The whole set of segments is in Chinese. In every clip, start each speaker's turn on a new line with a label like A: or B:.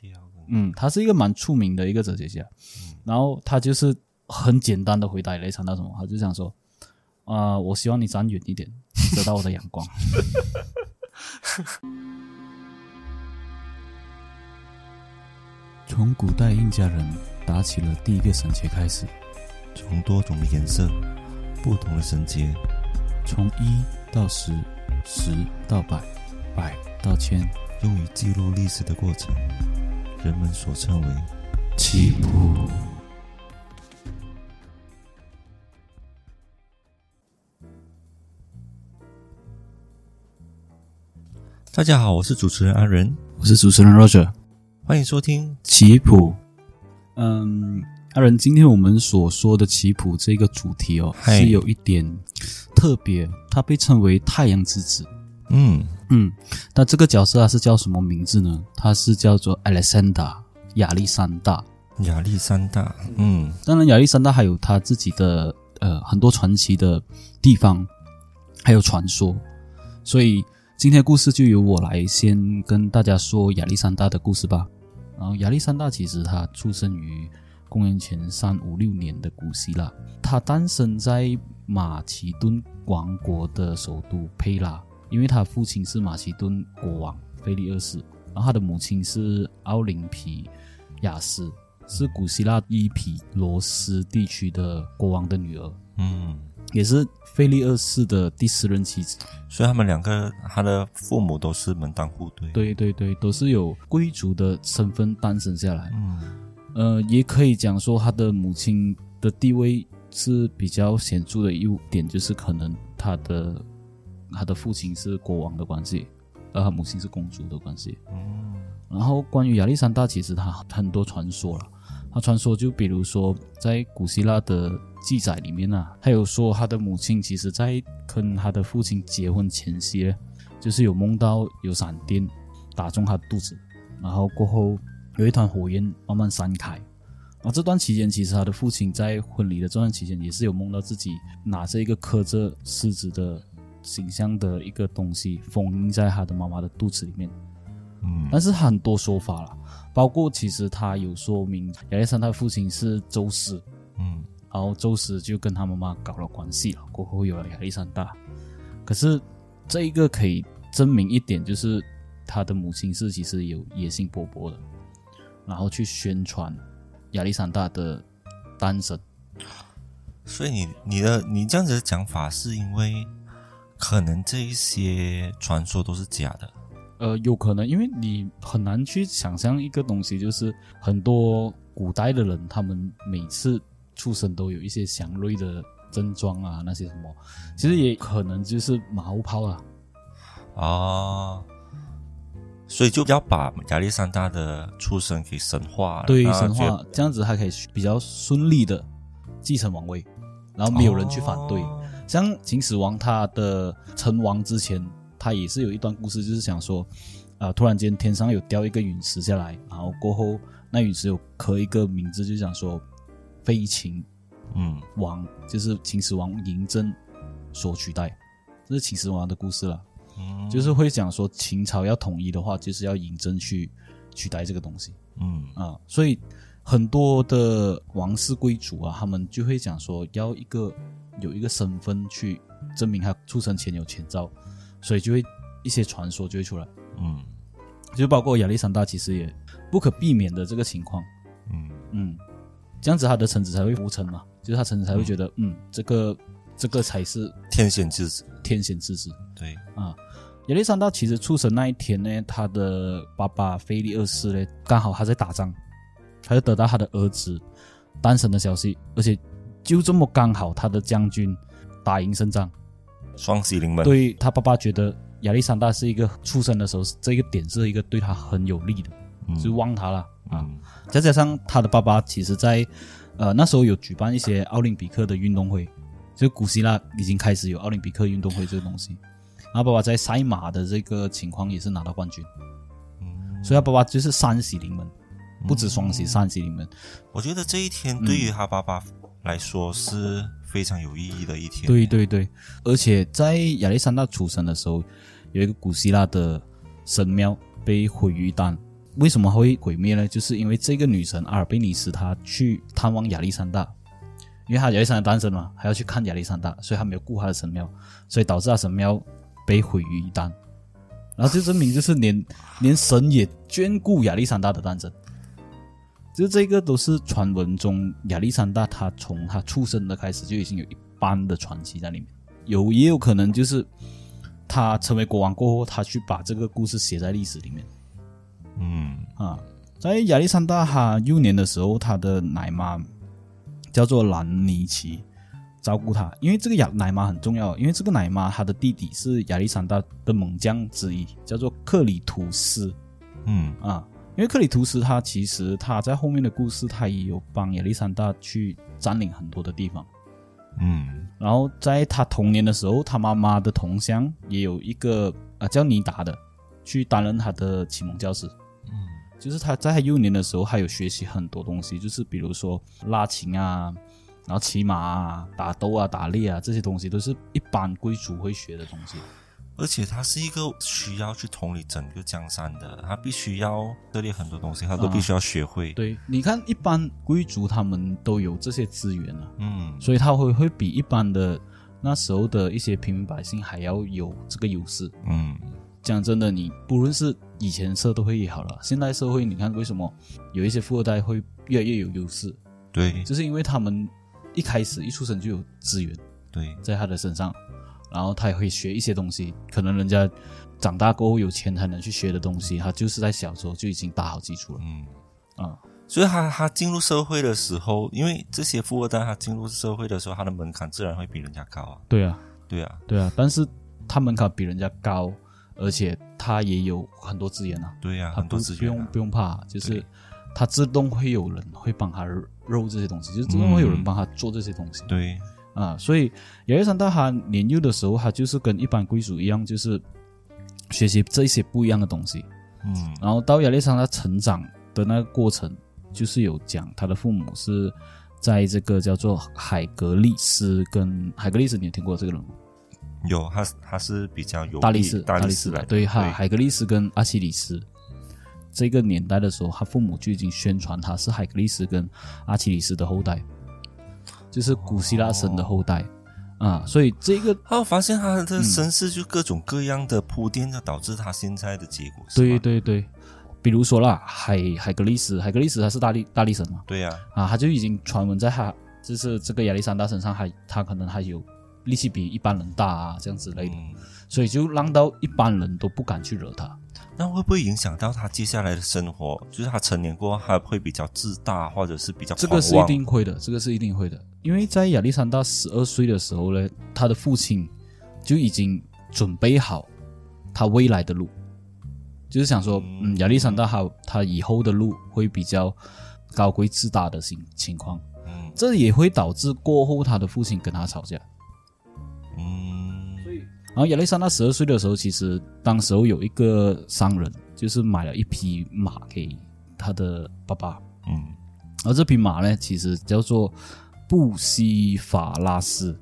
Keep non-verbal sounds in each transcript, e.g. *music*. A: 这样子。
B: 嗯，他是一个蛮出名的一个哲学家，然后他就是很简单的回答雷神那种，他就想说，啊、我希望你站远一点，得到我的阳光。 *laughs* 从古代印加人打起了第一个绳结开始，
A: 从多种的颜色、不同的绳结，
B: 从一到十，十到百，百到千，
A: 用于记录历史的过程，人们所称为
B: 起步。
A: 大家好，我是主持人安仁，
B: 我是主持人 Roger。
A: 欢迎收听。
B: 棋谱。嗯，阿仁，今天我们所说的棋谱这个主题哦，
A: 嗨
B: 是有一点特别，它被称为太阳之子。
A: 嗯，
B: 嗯，那这个角色他是叫什么名字呢？他是叫做 Alexander 亚历山大。
A: 亚历山大，嗯
B: 当然，亚历山大还有他自己的呃很多传奇的地方，还有传说。所以今天的故事就由我来先跟大家说亚历山大的故事吧。然后，亚历山大其实他出生于公元前三五六年的古希腊，啊他诞生在马其顿王国的首都佩拉，因为他父亲是马其顿国王腓力二世，然后他的母亲是奥林匹亚斯，是古希腊伊匹罗斯地区的国王的女儿，
A: 嗯，
B: 也是腓力二世的第四任妻子。
A: 所以他们两个，他的父母都是门当户对。，
B: 对对对，都是有贵族的身份诞生下来。
A: 嗯
B: 呃，也可以讲说他的母亲的地位是比较显著的一点，就是可能他的他的父亲是国王的关系，而他母亲是公主的关系。
A: 嗯
B: 然后关于亚历山大，其实他很多传说了。他传说就比如说，在古希腊的记载里面啊，他有说他的母亲其实在跟他的父亲结婚前夕呢，就是有梦到有闪电打中他的肚子，然后过后有一团火焰慢慢散开。啊，这段期间，其实他的父亲在婚礼的这段期间，也是有梦到自己拿着一个刻着狮子的形象的一个东西封印在他的妈妈的肚子里面。
A: 嗯
B: 但是很多说法啦，包括其实他有说明亚历山大的父亲是宙斯，
A: 嗯
B: 然后宙斯就跟他妈妈搞了关系了，过后有了亚历山大。可是这一个可以证明一点，就是他的母亲是其实有野心勃勃的，然后去宣传亚历山大的单身。
A: 所以你你的你这样子的讲法，是因为可能这一些传说都是假的。
B: 呃，有可能，因为你很难去想象一个东西，就是很多古代的人，他们每次出生都有一些祥瑞的症状啊，那些什么，其实也可能就是马后炮啊。
A: 哦，所以就要把亚历山大的出生给神化，
B: 对
A: 让他
B: 神
A: 觉得
B: 话，这样子还可以比较顺利的继承王位，然后没有人去反对。
A: 哦
B: 像秦始皇他的称王之前，他也是有一段故事，就是想说，啊、突然间天上有掉一个陨石下来，然后过后那陨石有刻一个名字，就想说飞秦
A: 嗯
B: 王，就是秦始皇嬴政所取代，这是秦始皇的故事了，
A: 嗯，
B: 就是会讲说秦朝要统一的话，就是要嬴政去取代这个东西。
A: 嗯
B: 啊，所以很多的王室贵族啊，他们就会讲说要一个有一个身份去证明他出生前有前兆，所以就会一些传说就会出来，
A: 嗯
B: 就包括亚历山大其实也不可避免的这个情况，
A: 嗯
B: 嗯，这样子他的臣子才会服臣嘛，就是他臣子才会觉得，嗯，这个这个才是
A: 天选之子，
B: 天选之子，
A: 对，
B: 啊亚历山大其实出生那一天呢，他的爸爸菲利二世呢，刚好他在打仗，他就得到他的儿子单身的消息，而且就这么刚好，他的将军打赢胜仗，
A: 双喜临门，，
B: 对他爸爸觉得亚历山大是一个出生的时候，这个点是一个对他很有利的，
A: 嗯
B: 就旺他了啊。
A: 嗯
B: 再加上他的爸爸其实在，呃那时候有举办一些奥林匹克的运动会，就古希腊已经开始有奥林匹克运动会这个东西。然后爸爸在赛马的这个情况也是拿到冠军，
A: 嗯
B: 所以他爸爸就是三喜临门，不止双喜，三喜临门。
A: 我觉得这一天对于他爸爸来说是非常有意义的一天，
B: 对，对对，而且在亚历山大出生的时候，有一个古希腊的神庙被毁于一旦，为什么会毁灭呢？就是因为这个女神阿尔贝尼斯她去探望亚历山大，因为她亚历山大单身嘛，还要去看亚历山大，所以她没有顾她的神庙，所以导致她神庙被毁于一旦。然后就证明就是连连神也眷顾亚历山大的诞生。就这个都是传闻中亚历山大他从他出生的开始就已经有一般的传奇在里面，啊有也有可能就是他成为国王过后，他去把这个故事写在历史里面
A: 嗯
B: 啊。在亚历山大他幼年的时候，他的奶妈叫做兰尼奇照顾他，因为这个亚奶妈很重要，因为这个奶妈她的弟弟是亚历山大的猛将之一，叫做克里图斯。
A: 嗯
B: 啊，因为克里图斯他其实他在后面的故事，他也有帮亚历山大去占领很多的地方。
A: 嗯
B: 然后在他童年的时候，他妈妈的同乡也有一个啊叫尼达的，去担任他的启蒙教师。
A: 嗯
B: 就是他在他幼年的时候，还有学习很多东西，就是比如说拉琴啊，然后骑马啊、打斗啊、打猎啊这些东西，都是一般贵族会学的东西。
A: 而且他是一个需要去统领整个江山的，他必须要涉猎很多东西，他都必须要学会。，
B: 啊对，你看一般贵族他们都有这些资源啊，
A: 嗯
B: 所以他会会比一般的那时候的一些平民百姓还要有这个优势。
A: 嗯
B: 讲真的，你不论是以前社会也好了，现代社会，你看为什么有一些富二代会越来越有优势，
A: 对
B: 就是因为他们一开始一出生就有资源
A: 对，
B: 在他的身上，然后他也会学一些东西，可能人家长大过后有钱才能去学的东西，他就是在小时候就已经打好基础了
A: 嗯。
B: 啊、
A: 所以他他进入社会的时候，因为这些富二代他进入社会的时候，他的门槛自然会比人家高啊。
B: 对啊，
A: 对啊，
B: 对啊，但是他门槛比人家高，而且他也有很多资源啊。
A: 对啊，
B: 他
A: 很
B: 不
A: 多资
B: 不
A: 源、
B: 用
A: 啊。
B: 不用怕，就是
A: 对
B: 他自动会有人会帮他揉这些东西，就是自动会有人帮他做这些东西、
A: 嗯对，
B: 啊。所以亚历山大他年幼的时候，他就是跟一般贵族一样，就是学习这些不一样的东西。
A: 嗯
B: 然后到亚历山大成长的那个过程，就是有讲他的父母是在这个叫做海格力斯跟海格力斯，你有听过这个人吗？
A: 有他他是比较有
B: 大力士，
A: 大
B: 力
A: 士来的
B: 对哈，
A: 对
B: 海格力斯跟阿西里斯这个年代的时候，他父母就已经宣传他是海格力斯跟阿西里斯的后代，就是古希腊神的后代、
A: 哦
B: 啊，所以这个
A: 他发现他的身世就各种各样的铺垫，就导致他现在的结果是
B: 对
A: 吗
B: 对对，比如说啦，海海格力斯，海格力斯他是大力大力神嘛，
A: 对啊，
B: 啊，他就已经传闻在他就是这个亚历山大身上还，他可能还有力气比一般人大啊，这样之类的，
A: 嗯，
B: 所以就让到一般人都不敢去惹他。
A: 那会不会影响到他接下来的生活？就是他成年过后，他会比较自大，或者是比较
B: 这
A: 狂
B: 个是一
A: 妄
B: 定会的，这个是一定会的，因为在亚历山大十二岁的时候呢，他的父亲就已经准备好他未来的路，就是想说，
A: 嗯
B: 嗯，亚历山大他他以后的路会比较高贵自大的情情况，
A: 嗯
B: 这也会导致过后他的父亲跟他吵架。
A: 嗯，
B: 然后亚历山大十二岁的时候，其实当时候有一个商人，就是买了一匹马给他的爸爸，
A: 嗯
B: 而这匹马呢，其实叫做布西法拉斯，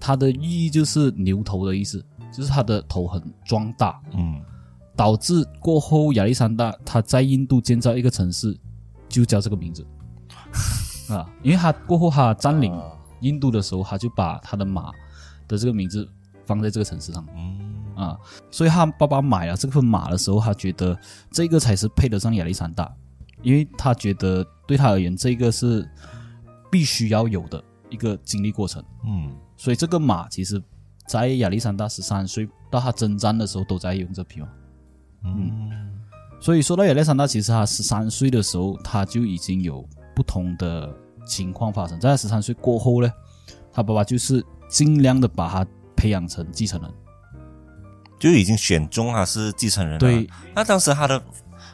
B: 它的寓意就是牛头的意思，就是它的头很壮大，
A: 嗯
B: 导致过后亚历山大他在印度建造一个城市，就叫这个名字啊，因为他过后他占领印度的时候，他就把他的马的这个名字放在这个城市上
A: 嗯
B: 啊，所以他爸爸买了这份马的时候，他觉得这个才是配得上亚历山大，因为他觉得对他而言，这个是必须要有的一个经历过程。
A: 嗯
B: 所以这个马其实，在亚历山大十三岁到他征战的时候，都在用这匹马。
A: 嗯
B: 所以说到亚历山大，其实他十三岁的时候，他就已经有不同的情况发生。在他十三岁过后呢，他爸爸就是尽量的把他培养成继承人。
A: 就已经选中他是继承人了。
B: 对，
A: 那当时他的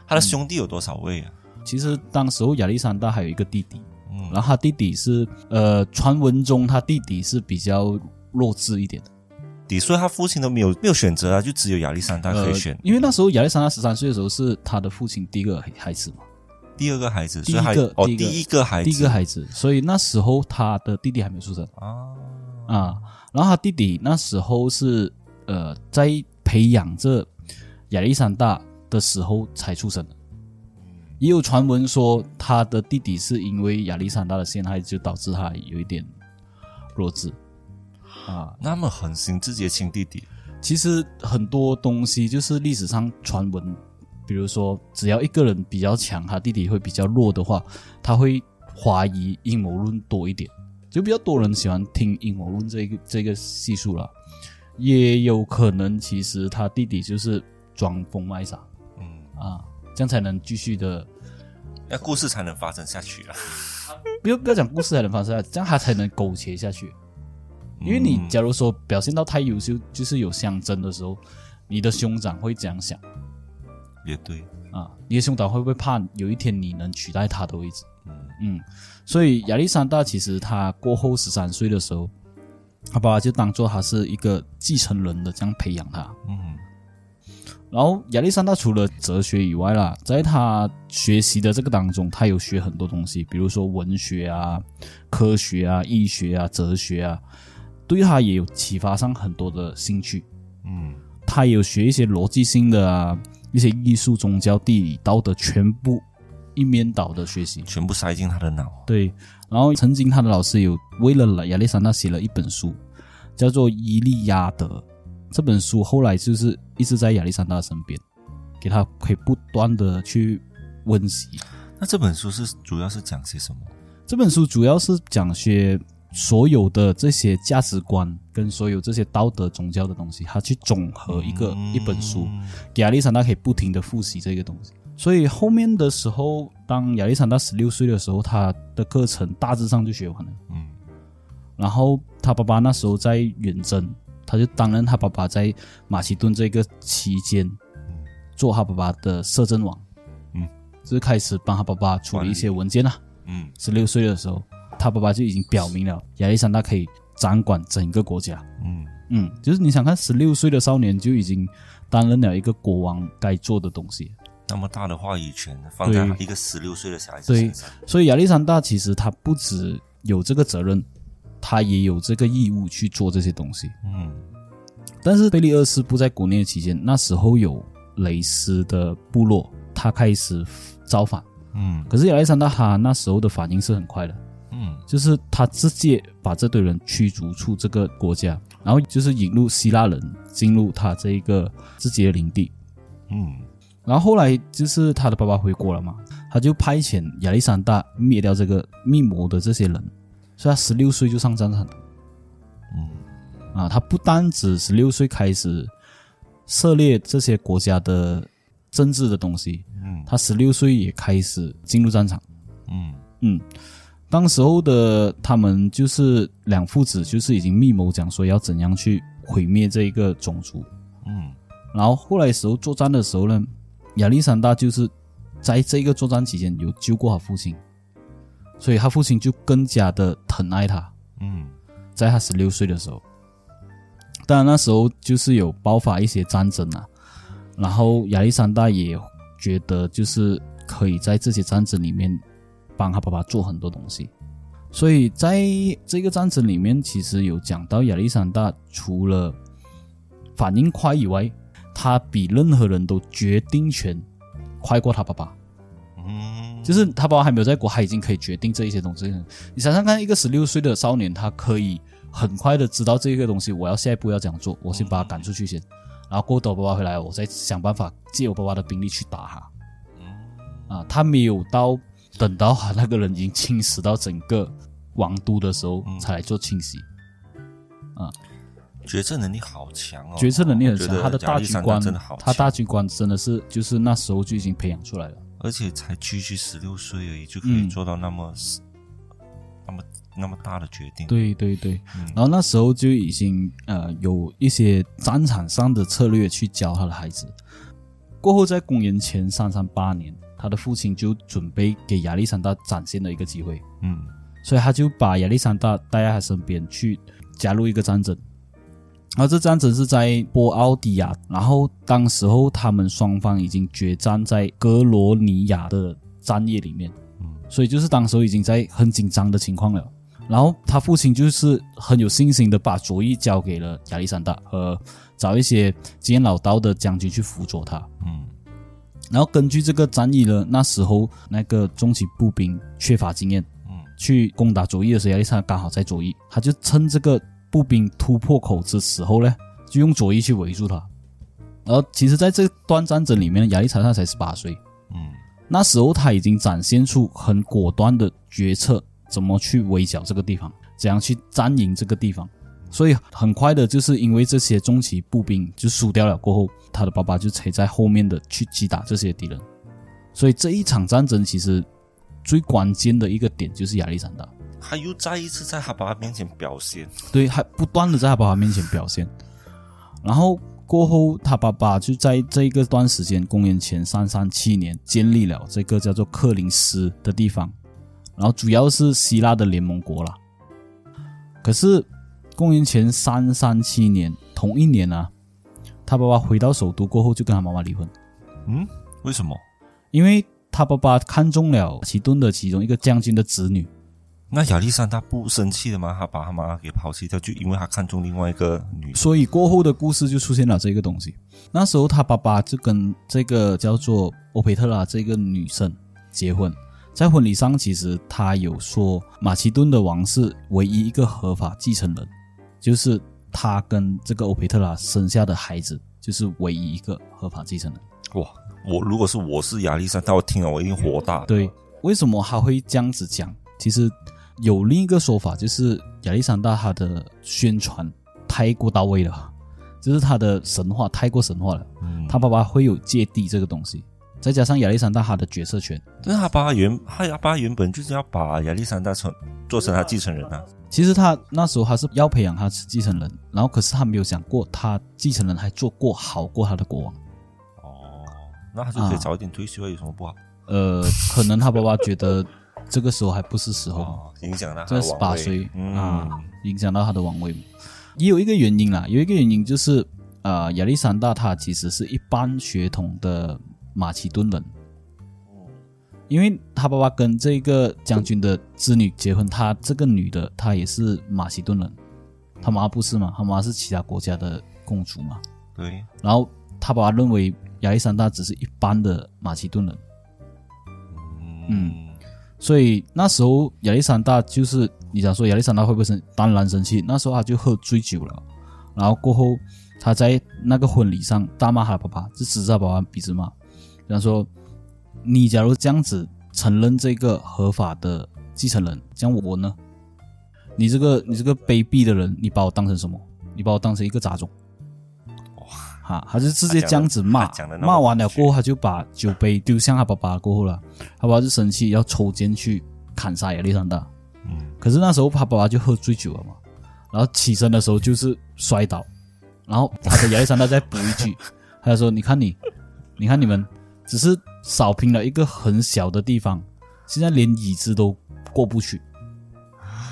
A: 他的兄弟有多少位啊？
B: 其实当时候亚历山大还有一个弟弟，
A: 嗯
B: 然后他弟弟是呃，传闻中他弟弟是比较弱智一点的，
A: 底，所以他父亲都没有没有选择啊，就只有亚历山大可以
B: 呃
A: 选。
B: 因为那时候亚历山大十三岁的时候是他的父亲第一个孩孩子嘛，
A: 第二个孩子，
B: 第一
A: 所以他
B: 个
A: 哦，
B: 第一个
A: 第一个孩子，
B: 第一个孩子，所以那时候他的弟弟还没有出生
A: 啊，
B: 啊。然后他弟弟那时候是呃，在培养这亚历山大的时候才出生的，也有传闻说他的弟弟是因为亚历山大的陷害，就导致他有一点弱智啊。
A: 那么狠心，自己的亲弟弟，
B: 其实很多东西就是历史上传闻，比如说只要一个人比较强，他弟弟会比较弱的话，他会怀疑阴谋论多一点，就比较多人喜欢听阴谋论这个这个系数了。也有可能其实他弟弟就是装疯卖傻
A: 嗯，
B: 啊，这样才能继续的，
A: 那故事才能发展下去啊。
B: 不要不要讲故事才能发生啊，这样他才能苟且下去。因为
A: 嗯
B: 你假如说表现到太优秀，就是有象征的时候，你的兄长会这样想。
A: 嗯也对，
B: 啊，你的兄长会不会怕有一天你能取代他的位置？
A: 嗯
B: 嗯，所以亚历山大其实他过后十三岁的时候，他爸爸就当做他是一个继承人的这样培养他。
A: 嗯
B: 然后亚历山大除了哲学以外啦，在他学习的这个当中，他有学很多东西，比如说文学啊、科学啊、医学啊、哲学啊，对他也有启发上很多的兴趣。
A: 嗯
B: 他有学一些逻辑性的啊，一些艺术、宗教、地理、道德，全部一面倒的学习。
A: 全部塞进他的脑。
B: 对，然后曾经他的老师有为了亚历山大写了一本书，叫做《伊利亚德》。这本书后来就是一直在亚历山大身边，给他可以不断的去温习。
A: 那这本书是主要是讲些什么？
B: 这本书主要是讲些所有的这些价值观跟所有这些道德、宗教的东西，他去总和一个、一本书。给亚历山大可以不停的复习这个东西。所以后面的时候，当亚历山大十六岁的时候，他的课程大致上就学完了。
A: 嗯
B: 然后他爸爸那时候在远征，他就担任他爸爸在马其顿这个期间，做他爸爸的摄政王，
A: 嗯，
B: 就是开始帮他爸爸处理一些文件啊。
A: 嗯
B: 十六岁的时候，他爸爸就已经表明了亚历山大可以掌管整个国家。
A: 嗯
B: 嗯，就是你想看，十六岁的少年就已经担任了一个国王该做的东西。
A: 那么大的话语权放在
B: 对
A: 一个十六岁的小孩子
B: 对
A: 身上，
B: 所以亚历山大其实他不只有这个责任，他也有这个义务去做这些东西。
A: 嗯
B: 但是贝利二世不在国内的期间，那时候有雷斯的部落，他开始造反。
A: 嗯
B: 可是亚历山大他那时候的反应是很快的，
A: 嗯
B: 就是他直接把这堆人驱逐出这个国家，然后就是引入希腊人进入他这一个自己的领地。
A: 嗯，
B: 然后后来就是他的爸爸回国了嘛，他就派遣亚历山大灭掉这个密谋的这些人，所以他十六岁就上战场了。啊，他不单只十六岁开始涉猎这些国家的政治的东西，
A: 嗯
B: 他十六岁也开始进入战场。
A: 嗯
B: 嗯，当时候的他们就是两父子，就是已经密谋讲说要怎样去毁灭这一个种族。
A: 嗯
B: 然后后来时候作战的时候呢，亚历山大就是在这个作战期间有救过他父亲，所以他父亲就更加的疼爱他，
A: 嗯
B: 在他十六岁的时候。当然那时候就是有爆发一些战争啊，然后亚历山大也觉得就是可以在这些战争里面帮他爸爸做很多东西。所以在这个战争里面，其实有讲到亚历山大除了反应快以外，他比任何人都决定权快过他爸爸。
A: 嗯，
B: 就是他爸爸还没有在国，他已经可以决定这一些东西了。你想想看，一个十六岁的少年，他可以很快的知道这个东西，我要下一步要怎样做，我先把他赶出去先，然后过后等我爸爸回来，我再想办法借我爸爸的兵力去打
A: 嗯
B: 他。啊，他没有到等到他那个人已经侵蚀到整个王都的时候
A: 嗯
B: 才来做清洗。
A: 决策能力好强哦，
B: 决策能力很
A: 我觉
B: 强，
A: 得
B: 他的
A: 亚
B: 大
A: 历
B: 局
A: 山大
B: 观
A: 真的好，
B: 他
A: 强，
B: 大局观真的是就是那时候就已经培养出来了。
A: 而且才区区十六岁而已，就可以
B: 嗯
A: 做到那么、那么那么大的决定。，
B: 对对对，
A: 嗯
B: 然后那时候就已经呃有一些战场上的策略去教他的孩子。过后，在公元前三三八年，他的父亲就准备给亚历山大展现了一个机会，
A: 嗯
B: 所以他就把亚历山大带在他身边去加入一个战争。然后这战争是在波奥迪亚，然后当时候他们双方已经决战在格罗尼亚的战役里面，
A: 嗯
B: 所以就是当时候已经在很紧张的情况了。然后他父亲就是很有信心的把主意交给了亚历山大和找一些经验老道的将军去辅佐他。
A: 嗯
B: 然后根据这个战役呢，那时候那个中旗步兵缺乏经验，
A: 嗯
B: 去攻打左翼的时候，亚历山大刚好在左翼，他就趁这个步兵突破口之时候呢，就用左翼去围住他。然后其实在这段战争里面，亚历山大才十八岁，
A: 嗯
B: 那时候他已经展现出很果断的决策，怎么去围剿这个地方，怎样去占领这个地方。所以很快的，就是因为这些中旗步兵就输掉了过后，他的爸爸就才在后面的去击打这些敌人。所以这一场战争其实最关键的一个点就是亚历山大，
A: 他又再一次在他爸爸面前表现，
B: 对，还不断的在他爸爸面前表现。然后过后，他爸爸就在这一个段时间，公元前三三七年建立了这个叫做克林斯的地方，然后主要是希腊的联盟国啦。可是公元前三三七年同一年啊，他爸爸回到首都过后，就跟他妈妈离婚，
A: 嗯，为什么？
B: 因为他爸爸看中了奇顿的其中一个将军的子女，
A: 那亚历山大不生气的吗？他把他妈给抛弃掉，就因为他看中另外一个女
B: 所以过后的故事就出现了这个东西。那时候他爸爸就跟这个叫做欧佩特拉这个女生结婚，在婚礼上其实他有说马其顿的王室唯一一个合法继承人，就是他跟这个欧佩特拉生下的孩子，就是唯一一个合法继承人。
A: 哇！我如果是我是亚历山大，我听了我一定火大。
B: 对，，为什么他会这样子讲？其实有另一个说法，就是亚历山大他的宣传太过到位了，就是他的神话太过神话了。
A: 嗯，
B: 他爸爸会有芥蒂这个东西，再加上亚历山大他的决策权，
A: 但是他爸原他他爸原本就是要把亚历山大成做成他继承人啊。
B: 其实他那时候他是要培养他继承人，然后可是他没有想过他继承人还做过好过他的国王，
A: 哦，那他就可以
B: 啊
A: 早一点退休，有什么不好？
B: 呃，可能他爸爸觉得这个时候还不是时候。
A: 哦，影响到他
B: 啊这
A: 的
B: 十
A: 王
B: 八
A: 位
B: 岁啊
A: 嗯，，
B: 影响到他的王位。也有一个原因啦，有一个原因就是，呃，亚历山大他其实是一般血统的马其顿人，
A: 哦
B: 因为他爸爸跟这个将军的织女结婚，他这个女的她也是马其顿
A: 嗯
B: 人，他妈不是嘛，他妈是其他国家的公主嘛，
A: 对，
B: 然后他爸爸认为亚历山大只是一般的马其顿人，
A: 嗯，
B: 所以那时候亚历山大就是你想说亚历山大会不会生？当然生气。那时候他就喝醉酒了，然后过后他在那个婚礼上大骂他爸爸，就指着他爸爸鼻子骂，然后说：“你假如这样子承认这个合法的继承人，像我呢？你这个你这个卑鄙的人，你把我当成什么？你把我当成一个杂种！”啊，他就直接这样子骂
A: 他讲得，那么
B: 骂完了
A: 明确
B: 过后，他就把酒杯丢向他爸爸过后了，他爸爸就生气要抽剑去砍杀亚历山大。
A: 嗯，
B: 可是那时候他爸爸就喝醉酒了嘛，然后起身的时候就是摔倒，然后他的亚历山大再补一
A: *laughs*
B: 句，他就说：“你看你，你看你们，只是扫平了一个很小的地方，现在连椅子都过不去。”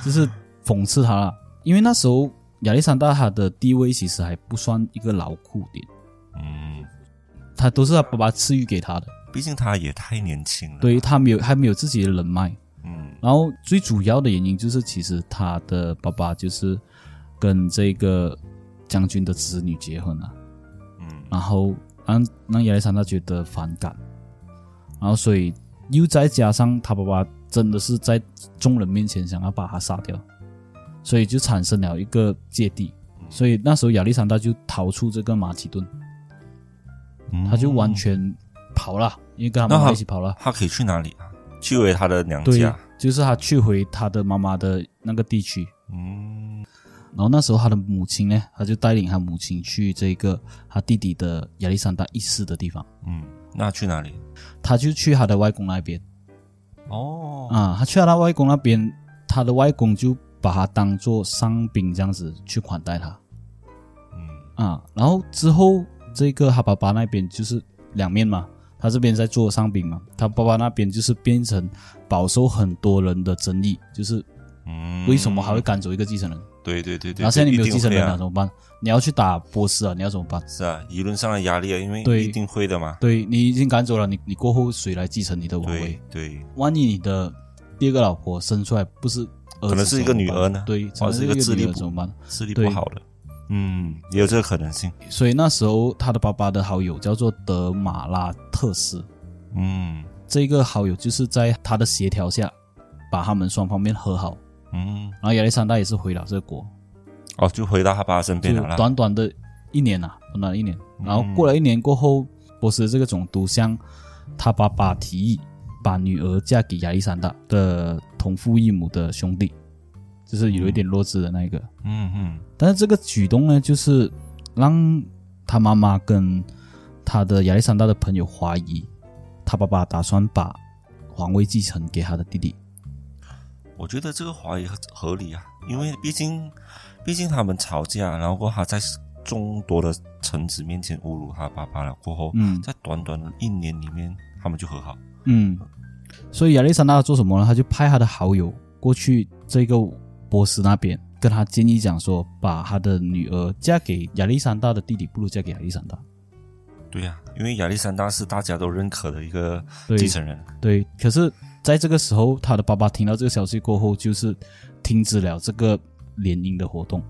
B: 就是讽刺他了，因为那时候亚历山大他的地位其实还不算一个牢固点，
A: 嗯，
B: 他都是他爸爸赐予给他的，
A: 毕竟他也太年轻了。
B: 对于，他没有还没有自己的人脉，
A: 嗯
B: 然后最主要的原因就是，其实他的爸爸就是跟这个将军的子女结婚了，
A: 嗯
B: 然后让让亚历山大觉得反感，然后所以又再加上他爸爸真的是在众人面前想要把他杀掉，所以就产生了一个芥蒂。所以那时候亚历山大就逃出这个马其顿，
A: 嗯
B: 他就完全跑了，因为跟他妈
A: 那
B: 妈
A: 他
B: 一起跑了。
A: 他可以去哪里啊？去回他的娘
B: 对
A: 家。，
B: 就是他去回他的妈妈的那个地区。
A: 嗯
B: 然后那时候他的母亲呢，他就带领他母亲去这个他弟弟的亚历山大一世的地方，
A: 嗯，那去哪里？
B: 他就去他的外公那边
A: 哦，
B: 啊，他去他的外公那边，他的外公就把他当做伤兵这样子去款待他
A: 嗯
B: 啊。然后之后这个他爸爸那边就是两面嘛，他这边在做伤兵嘛，他爸爸那边就是变成饱受很多人的争议，就是
A: 嗯，
B: 为什么还会？赶走一个继承人？
A: 对对对对，
B: 然后现在你没有
A: 一定
B: 继承人
A: 会
B: 了
A: 啊
B: 怎么办？你要去打波斯啊，你要怎么办？
A: 是啊，舆论上的压力啊，因为
B: 对
A: 一定会的嘛。
B: 对你已经赶走了，你你过后谁来继承你的王
A: 对
B: 位？
A: 对，
B: 万一你的第二个老婆生出来不是儿子，
A: 可能是一个
B: 怎么办
A: 女儿呢
B: 对，
A: 或者
B: 是
A: 是一个智
B: 女
A: 力
B: 儿
A: 不
B: 怎么办？
A: 视力
B: 对
A: 不好了。嗯，也有这个可能性。
B: 所以那时候他的爸爸的好友叫做德马拉特斯，
A: 嗯
B: 这个好友就是在他的协调下，把他们双方面和好。
A: 嗯，
B: 然后亚历山大也是回了这个国，
A: 哦，就回到他爸身
B: 就
A: 边了啦。嗯
B: 短短的一年啊，短短的一年。然后过了一年过后，波斯这个总督向他爸爸提议，把女儿嫁给亚历山大的同父异母的兄弟，就是有一点弱智的那一个。
A: 嗯嗯
B: 但是这个举动呢，就是让他妈妈跟他的亚历山大的朋友怀疑，他爸爸打算把皇位继承给他的弟弟。
A: 我觉得这个怀疑合合理啊，因为毕竟毕竟他们吵架，然后过后他在众多的臣子面前侮辱他爸爸了，过后、
B: 嗯
A: 在短短的一年里面，他们就和好。
B: 嗯，所以亚历山大做什么呢？他就派他的好友过去这个波斯那边，跟他建议讲说，把他的女儿嫁给亚历山大的弟弟，不如嫁给亚历山大。
A: 对呀、因为亚历山大是大家都认可的一个
B: 对
A: 继承人。
B: 对，可是在这个时候，他的爸爸听到这个消息过后，就是停止了这个联姻的活动。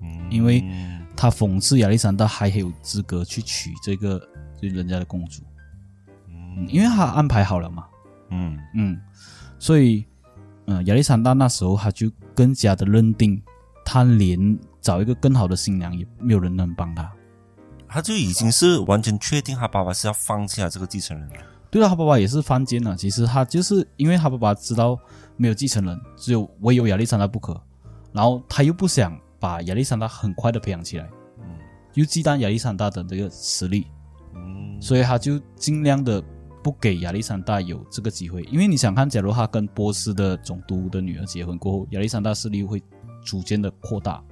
A: 嗯，
B: 因为
A: 嗯
B: 他讽刺亚历山大还有资格去娶这个就是人家的公主，嗯因为他安排好了嘛，
A: 嗯
B: 嗯，所以，嗯、亚历山大那时候他就更加的认定，他连找一个更好的新娘也没有人能帮他。
A: 他就已经是完全确定他爸爸是要放弃他这个继承人了。
B: 对啊了，他爸爸也是犯贱了。其实他就是因为他爸爸知道没有继承人，只有唯有亚历山大不可，然后他又不想把亚历山大很快的培养起来，
A: 嗯
B: 又忌惮亚历山大的这个实力，
A: 嗯
B: 所以他就尽量的不给亚历山大有这个机会，因为你想看，假如他跟波斯的总督的女儿结婚过后，亚历山大势力会逐渐的扩大，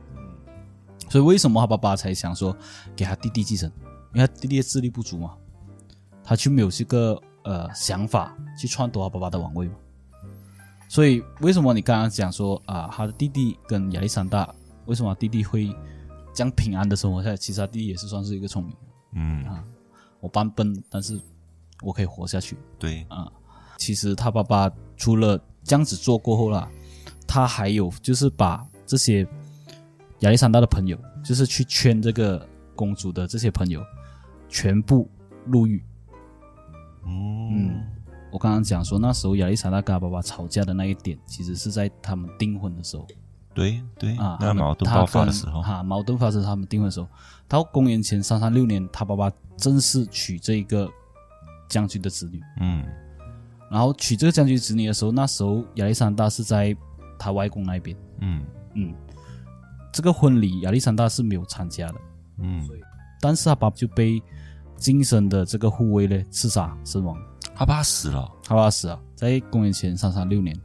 B: 所以为什么他爸爸才想说给他弟弟继承？因为他弟弟的智力不足嘛，他就没有这个呃想法去篡夺他爸爸的王位嘛。所以为什么你刚刚讲说啊，他的弟弟跟亚历山大，为什么他弟弟会这样平安的生活下来？其实他弟弟也是算是一个聪明人。
A: 嗯，
B: 我扮笨，但是我可以活下去。啊
A: 对，哦
B: 其实他爸爸除了这样子做过后啦，他还有就是把这些亚历山大的朋友，就是去圈这个公主的这些朋友，全部入狱。
A: 嗯
B: 我刚刚讲说，那时候亚历山大跟他爸爸吵架的那一点，其实是在他们订婚的时候
A: 对对
B: 啊，，
A: 那
B: 他们
A: 矛盾爆发的
B: 他跟
A: 时候，
B: 啊，矛盾发生他们订婚的时候，到公元前三三六年，他爸爸正式娶这个将军的子女。
A: 嗯
B: 然后娶这个将军子女的时候，那时候亚历山大是在他外公那边，
A: 嗯
B: 嗯，这个婚礼亚历山大是没有参加的，
A: 嗯，
B: 但是他爸就被精神的这个护卫呢刺杀身亡，
A: 他爸死了。
B: 他爸死了，啊在公元前三三六年。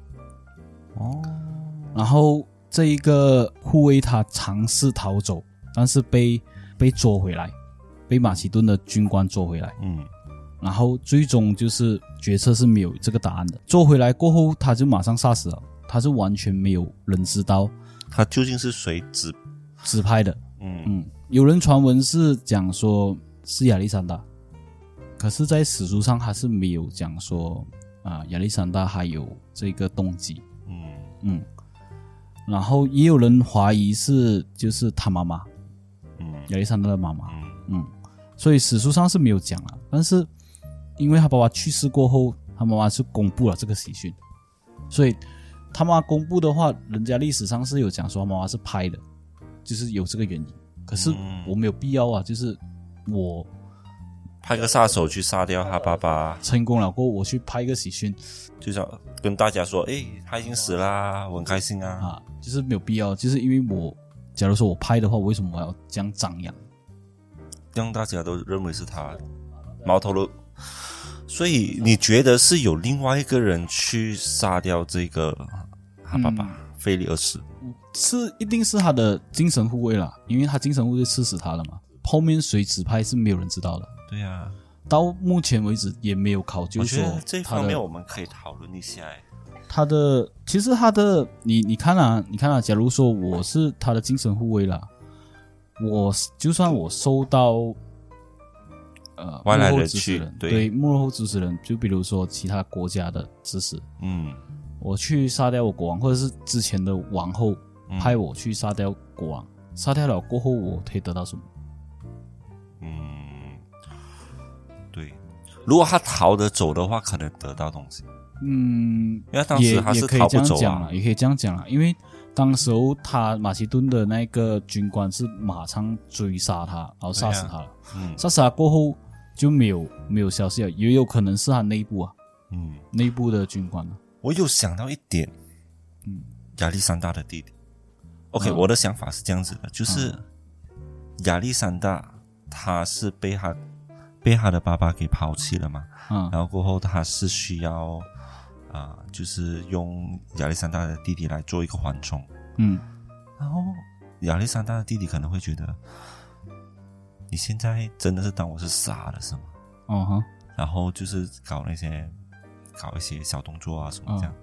A: 哦，
B: 然后这一个护卫他尝试逃走，但是被被捉回来，被马其顿的军官捉回来。
A: 嗯
B: 然后最终就是决策是没有这个答案的。做回来过后，他就马上杀死了，他是完全没有人知道
A: 他究竟是谁指？
B: 指派的。
A: 嗯
B: 嗯，有人传闻是讲说是亚历山大，可是，在史书上他是没有讲说啊亚历山大还有这个动机。
A: 嗯
B: 嗯，然后也有人怀疑是就是他妈妈
A: 嗯
B: 亚历山大的妈妈。
A: 嗯
B: 嗯，所以史书上是没有讲啊，但是因为他爸爸去世过后，他妈妈是公布了这个喜讯，所以他妈公布的话，人家历史上是有讲说他妈妈是拍的，就是有这个原因。可是
A: 嗯
B: 我没有必要啊，就是我
A: 派个杀手去杀掉他爸爸，
B: 成功了过后，我去拍一个喜讯
A: 就想跟大家说，哎，他已经死啦，我很开心啊。
B: 啊，就是没有必要，就是因为我假如说我拍的话，我为什么我要这样张扬？
A: 让大家都认为是他矛头了。所以你觉得是有另外一个人去杀掉这个他爸爸
B: 嗯
A: 菲利而死？
B: 是一定是他的精神护卫啦，因为他精神护卫刺死他了嘛。后面谁指派是没有人知道的，
A: 对呀、啊，
B: 到目前为止也没有考究
A: 我觉
B: 说
A: 得这
B: 他
A: 方面我
B: 的
A: 们可以讨论一下。哎
B: 他的其实他的你你看啊，你看啊，假如说我是他的精神护卫啦，我就算我收到呃
A: 外来
B: 幕后
A: 人
B: 指使
A: 去
B: 人
A: 对
B: 对幕后指使人，就比如说其他国家的指使，
A: 嗯，
B: 我去杀掉我国王，或者是之前的王后
A: 嗯
B: 派我去杀掉国王，杀掉了过后，我可以得到什么？
A: 嗯，对。如果他逃得走的话，可能得到东西，
B: 嗯，
A: 因为他当
B: 也
A: 时他
B: 也
A: 是
B: 可以
A: 逃
B: 这
A: 不
B: 样
A: 走
B: 讲
A: 啊
B: 了，。也可以这样讲了，因为当时候他马其顿的那个军官是马上追杀他，然后杀死他了。
A: 嗯
B: 杀死他过后就没有没有消息了，也有可能是他内部啊，
A: 嗯，
B: 内部的军官啊。
A: 我有想到一点，
B: 嗯，
A: 亚历山大的弟弟。OK，、
B: 嗯
A: 我的想法是这样子的，就是亚历山大他是被他被他的爸爸给抛弃了嘛，
B: 嗯
A: 然后过后他是需要啊、就是用亚历山大的弟弟来做一个缓冲。
B: 嗯
A: 然后亚历山大的弟弟可能会觉得，你现在真的是当我是傻了是吗？
B: 哦哈
A: 然后就是搞那些搞一些小动作啊什么这样，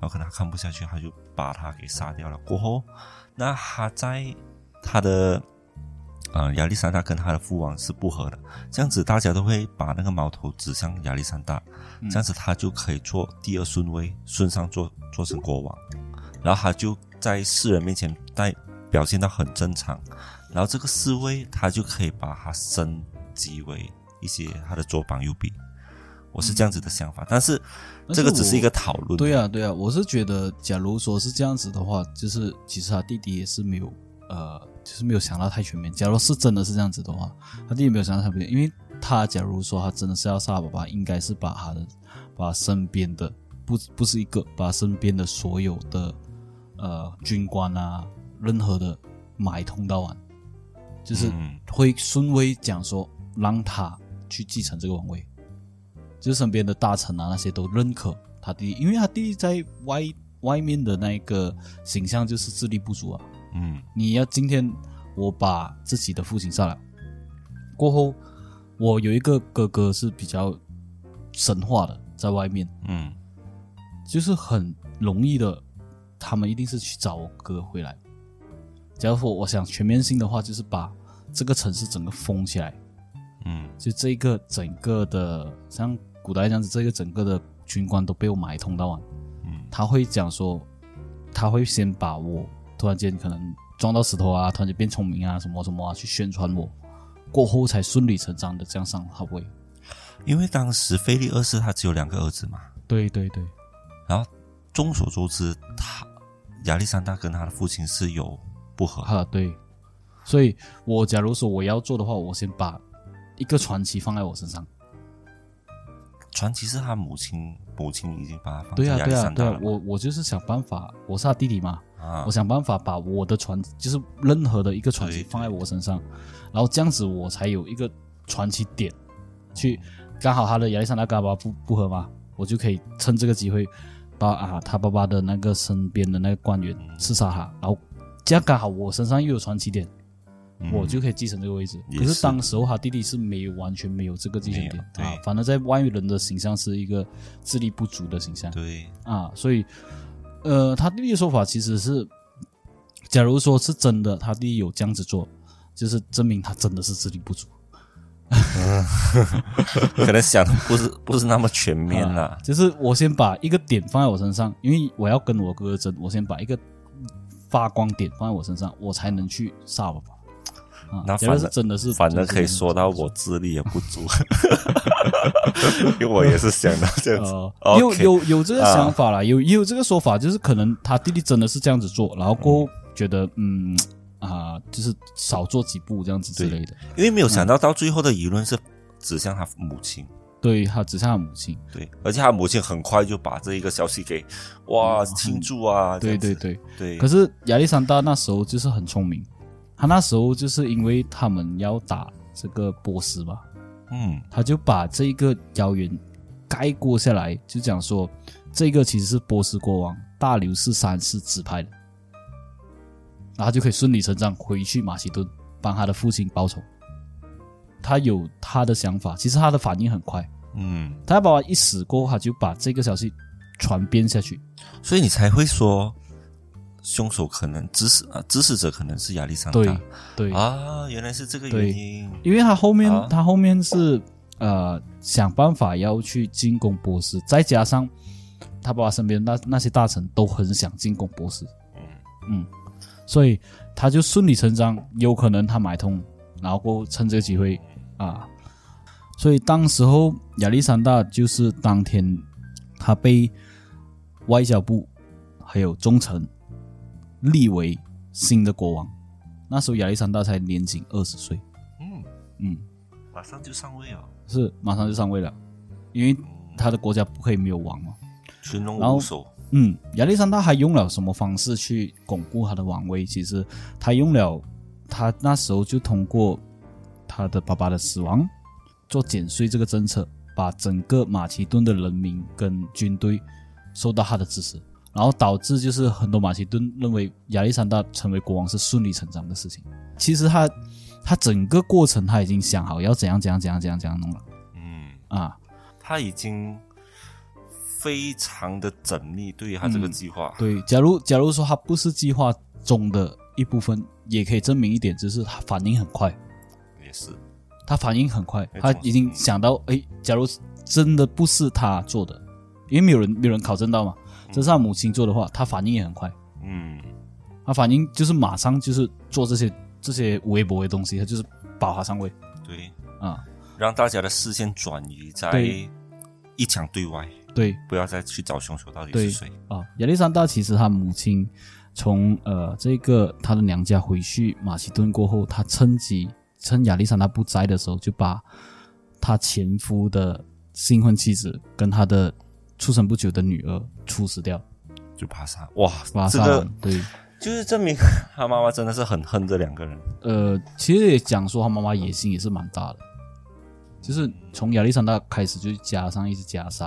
A: 然后可能他看不下去，他就把他给杀掉了。过后，那他在他的呃亚历山大跟他的父王是不和的，这样子大家都会把那个矛头指向亚历山大，
B: 嗯
A: 这样子他就可以做第二顺位，顺上做做成国王，然后他就在世人面前代表现到很正常，然后这个侍卫他就可以把他升级为一些他的左膀右臂，我是这样子的想法，但是
B: 嗯但是
A: 这个只是一
B: 我
A: 个讨论，
B: 对啊，对啊，我是觉得，假如说是这样子的话，就是其实他弟弟也是没有，呃，就是没有想到太全面。假如是真的是这样子的话，他弟弟没有想到太全面，因为他假如说他真的是要杀爸爸，应该是把他的，把身边的不不是一个，把身边的所有的呃军官啊，任何的买通到完，就是
A: 嗯
B: 会顺位讲说让他去继承这个王位。就是身边的大臣啊那些都认可他弟弟，因为他弟弟在外外面的那个形象就是智力不足啊。
A: 嗯
B: 你要今天我把自己的父亲杀了，过后我有一个哥哥是比较神话的，在外面
A: 嗯
B: 就是很容易的，他们一定是去找我哥回来。假如说我想全面性的话，就是把这个城市整个封起来，
A: 嗯
B: 就这一个整个的，像古代这样子，这个整个的军官都被我买通到完。
A: 嗯
B: 他会讲说，他会先把我突然间可能撞到石头啊，突然间变聪明啊，什么什么啊，去宣传我，过后才顺理成章的这样上好位。
A: 因为当时菲利二世他只有两个儿子嘛，
B: 对对对，
A: 然后众所周知，他亚历山大跟他的父亲是有不和，
B: 啊对，所以我假如说我要做的话，我先把一个传奇放在我身上。
A: 传奇是他母亲，母亲已经把他放在
B: 对啊
A: 亚历
B: 对啊
A: 山
B: 对
A: 大了
B: 啊
A: 嘛，，
B: 我我就是想办法，我是他弟弟嘛，
A: 啊
B: 我想办法把我的传，就是任何的一个传奇
A: 对
B: 放在我身上，然后这样子我才有一个传奇点，去刚好他的亚历山大跟他爸爸不不和嘛，我就可以趁这个机会把啊他爸爸的那个身边的那个官员刺杀他，然后这样刚好我身上又有传奇点，
A: 嗯
B: 我就可以继承这个位置。
A: 也
B: 可是
A: 是
B: 当时候他弟弟是没有完全没有这个继承点
A: 没有
B: 啊
A: 对，
B: 反而在外人的形象是一个智力不足的形象。
A: 对，
B: 啊，所以，呃，他弟弟的说法其实是，假如说是真的，他弟弟有这样子做，就是证明他真的是智力不足。
A: 可能想的不是 *laughs* 不是那么全面啦，
B: 啊就是我先把一个点放在我身上，因为我要跟我哥哥争，我先把一个发光点放在我身上，我才能去杀我爸。啊，
A: 那
B: 假如
A: 反
B: 是
A: 正
B: 真的是，
A: 反
B: 真
A: 正
B: 的是
A: 可以
B: 这样
A: 说到我智力也不足，
B: *laughs*
A: 因为我也是想到这样子
B: 呃，有
A: OK，啊
B: 有有这个想法啦，有也有这个说法，就是可能他弟弟真的是这样子做，然后过后觉得嗯啊、就是少做几步这样子之类的，
A: 因为没有想到到最后的舆论是指向他母亲，
B: 对他指向他母亲，
A: 对，而且他母亲很快就把这一个消息给哇庆祝
B: 嗯
A: 啊，这
B: 对
A: 样
B: 对
A: 子
B: 对。
A: 对，
B: 可是亚历山大那时候就是很聪明，他那时候就是因为他们要打这个波斯嘛，
A: 嗯
B: 他就把这个谣言概括下来，就讲说这个其实是波斯国王大流士三世指派的，然后他就可以顺理成章回去马其顿帮他的父亲报仇。他有他的想法，其实他的反应很快，
A: 嗯，
B: 他爸爸一死过后，他就把这个消息传遍下去。
A: 所以你才会说，凶手可能指使啊，指使者可能是亚历山大。
B: 对对
A: 啊，原来是这个
B: 对
A: 原因。
B: 因为他后面、
A: 啊
B: 他后面是呃想办法要去进攻波斯，再加上他爸爸身边那那些大臣都很想进攻波斯，
A: 嗯，
B: 嗯，所以他就顺理成章，有可能他买通，然后过后趁这个机会啊，所以当时候亚历山大就是当天他被外交部还有忠臣立为新的国王，那时候亚历山大才年仅二十岁，
A: 嗯，
B: 嗯，
A: 马上就上位哦了，
B: 是马上就上位了，因为
A: 嗯，
B: 他的国家不可以没有王嘛。
A: 群龙
B: 然后
A: 无首，
B: 嗯，亚历山大还用了什么方式去巩固他的王位？其实他用了，呃他那时候就通过他的爸爸的死亡做减税这个政策，把整个马其顿的人民跟军队受到他的支持，然后导致就是很多马其顿认为亚历山大成为国王是顺理成章的事情。其实他他整个过程他已经想好要怎样怎样怎样怎样怎样弄了
A: 嗯，
B: 啊，
A: 他已经非常的缜密，对于他这个
B: 嗯
A: 计划，
B: 对，假如假如说它不是计划中的一部分，也可以证明一点，就是它反应很快，
A: 也是，
B: 它反应很快，
A: 没错
B: 它已经想到，哎，假如真的不是他做的，因为没有人没有人考证到嘛，这是他母亲做的话，他反应也很快，
A: 嗯，
B: 他反应就是马上就是做这些这些微博的东西，他就是保他上位
A: 对，
B: 啊，
A: 让大家的视线转移在
B: 对
A: 一墙对外，
B: 对
A: 不要再去找凶手到底
B: 对
A: 是谁，
B: 啊，亚历山大其实他母亲从呃这个他的娘家回去马其顿过后，他趁机趁亚历山大不在的时候，就把他前夫的新婚妻子跟他的出生不久的女儿处死掉，
A: 就把他杀，哇，
B: 把他
A: 这
B: 杀
A: 个
B: 完。对，
A: 就是证明他妈妈真的是很恨这两个人，
B: 呃，其实也讲说他妈妈野心也是蛮大的，就是从亚历山大开始就加上一直加杀，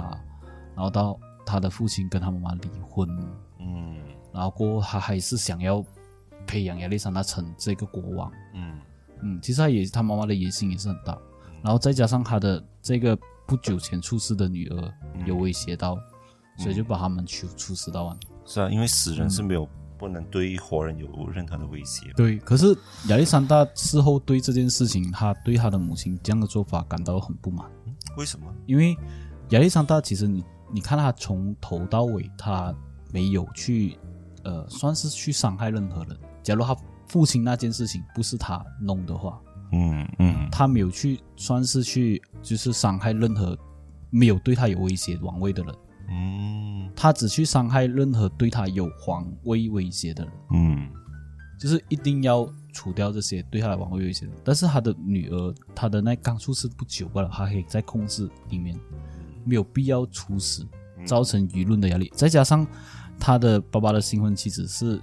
B: 然后到他的父亲跟他妈妈离婚，
A: 嗯
B: 然后过后他还是想要培养亚历山大成这个国王。
A: 嗯
B: 嗯，其实他也他妈妈的野心也是很大，然后再加上他的这个不久前出世的女儿有威胁到，所以就把他们处处死到完。
A: 是啊，因为死人是没有、不能对活人有任何的威胁。
B: 对，可是 *laughs* 亚历山大事后对这件事情，他对他的母亲这样的做法感到很不满，
A: 为什么？
B: 因为亚历山大其实你你看他从头到尾他没有去呃算是去伤害任何人，假如他父亲那件事情不是他弄的话，
A: 嗯嗯
B: 他没有去算是去就是伤害任何没有对他有威胁王位的人，
A: 嗯
B: 他只去伤害任何对他有皇位威胁的人，
A: 嗯
B: 就是一定要除掉这些对他的王位威胁的人。但是他的女儿，他的那刚出世不久罢了，他可以在控制里面，没有必要处死，造成舆论的压力。再加上他的爸爸的新婚妻子是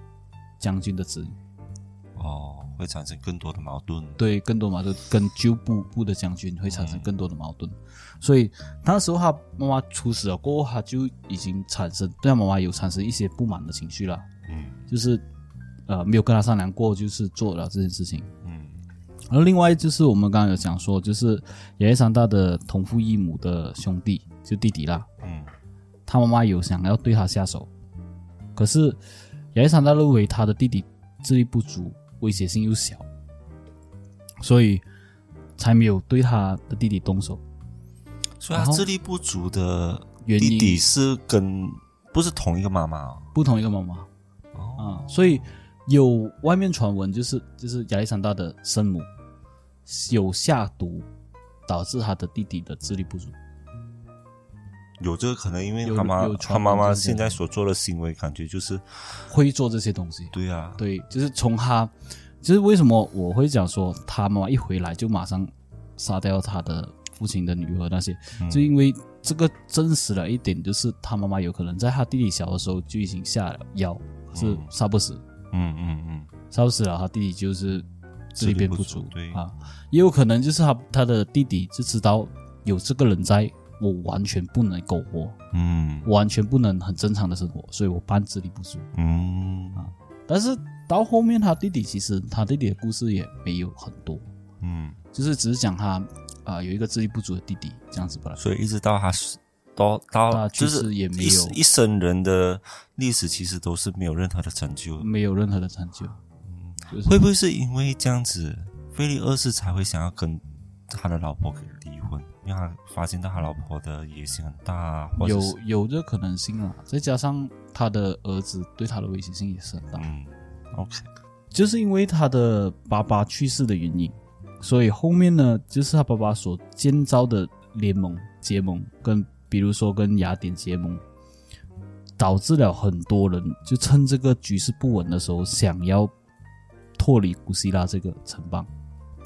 B: 将军的子女，
A: 哦，会产生更多的矛盾。
B: 对更多矛盾，跟旧部部的将军会产生更多的矛盾，所以那时候他妈妈出事了过后，他就已经产生对他妈妈有产生一些不满的情绪了，
A: 嗯
B: 就是呃没有跟他商量过，就是做了这件事情。
A: 嗯
B: 而另外就是我们刚刚有讲说，就是亚历山大的同父异母的兄弟就弟弟啦，
A: 嗯
B: 他妈妈有想要对他下手，可是亚历山大认为他的弟弟智力不足，威胁性又小，所以才没有对他的弟弟动手。
A: 所以他
B: 然后
A: 智力不足的
B: 原因
A: 弟弟是跟不是同一个妈妈哦。
B: 不同一个妈妈
A: 哦
B: 啊，所以有外面传闻就是就是亚历山大的生母有下毒，导致他的弟弟的智力不足。
A: 有这个可能，因为
B: 有
A: 他妈
B: 有
A: 他
B: 传闻
A: 妈妈
B: 这些
A: 现在所做的行为，感觉就是
B: 会做这些东西。
A: 对啊，
B: 对，就是从他，就是为什么我会讲说他妈妈一回来就马上杀掉他的父亲的女儿那些，
A: 嗯
B: 就因为这个证实了一点，就是他妈妈有可能在他弟弟小的时候就已经下了药，可是杀不死，
A: 嗯嗯嗯，
B: 杀不死了，他弟弟就是智力变不
A: 智力不足对
B: 啊，也有可能就是他他的弟弟就知道有这个人在。我完全不能苟活，
A: 嗯
B: 我完全不能很正常的生活，所以我半智力不足。
A: 嗯
B: 但是到后面他弟弟其实他弟弟的故事也没有很多，
A: 嗯，
B: 就是只是讲他啊、有一个智力不足的弟弟这样子罢了。
A: 所以一直到他是到到
B: 他
A: 哦就
B: 去
A: 是
B: 世也没
A: 一
B: 有
A: 一生人的历史，其实都是没有任何的成就。
B: 没有任何的成就，
A: 嗯
B: 就是
A: 会不会是因为这样子，菲利二世才会想要跟他的老婆给离婚？因为他发现到他老婆的野心很大啊，或者
B: 有
A: 是
B: 有这可能性啦。再加上他的儿子对他的威胁性也是很大，
A: 嗯，OK，
B: 就是因为他的爸爸去世的原因，所以后面呢，就是他爸爸所建造的联盟结盟，跟比如说跟雅典结盟，导致了很多人就趁这个局势不稳的时候，想要脱离古希腊这个城邦、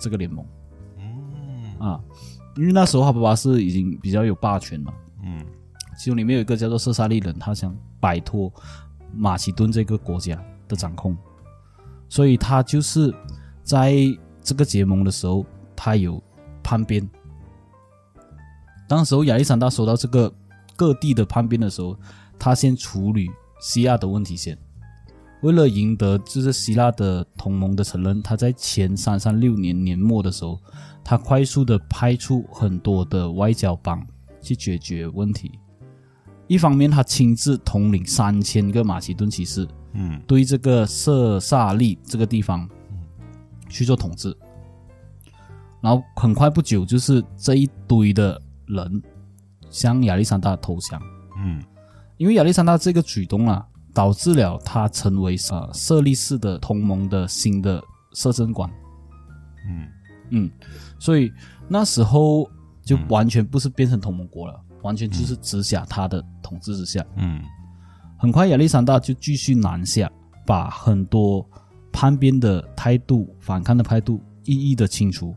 B: 这个联盟
A: 嗯
B: 啊，因为那时候他爸爸是已经比较有霸权嘛，
A: 嗯
B: 其中里面有一个叫做色萨利人，他想摆脱马其顿这个国家的掌控，所以他就是在这个结盟的时候，他有叛变。当时候亚历山大收到这个各地的叛变的时候，他先处理希腊的问题先。为了赢得就是希腊的同盟的承认，他在前三三六年年末的时候，他快速的派出很多的外交帮去解决问题。一方面，他亲自统领三千个马其顿骑士，
A: 嗯
B: 对这个色萨利这个地方
A: 嗯
B: 去做统治。然后很快不久，就是这一堆的人向亚历山大投降，
A: 嗯
B: 因为亚历山大这个举动啊，导致了他成为呃色力士的同盟的新的摄政官。
A: 嗯
B: 嗯，所以那时候就
A: 嗯
B: 完全不是变成同盟国了，完全就是直辖他的统治之下。
A: 嗯
B: 很快，亚历山大就继续南下，把很多叛变的态度、反抗的态度一一的清除。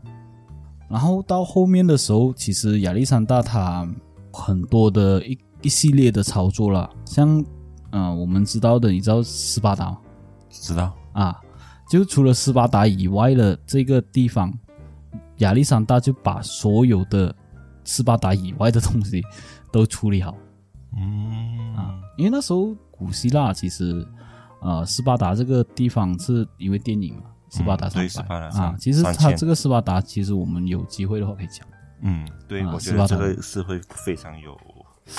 B: 然后到后面的时候，其实亚历山大他很多的一一系列的操作了，像嗯、呃我们知道的，你知道斯巴达吗
A: 知道，
B: 啊，就除了斯巴达以外的这个地方，亚历山大就把所有的斯巴达以外的东西都处理好。
A: 嗯
B: 啊，因为那时候古希腊其实，呃，斯巴达这个地方是因为电影嘛，斯巴达
A: 嗯
B: 三
A: 对
B: 百、
A: 斯巴达
B: 啊
A: 三，
B: 其实它
A: 3000
B: 这个斯巴达，其实我们有机会的话可以讲。
A: 嗯，对，
B: 啊
A: 我觉
B: 斯巴达
A: 得这个是会非常有，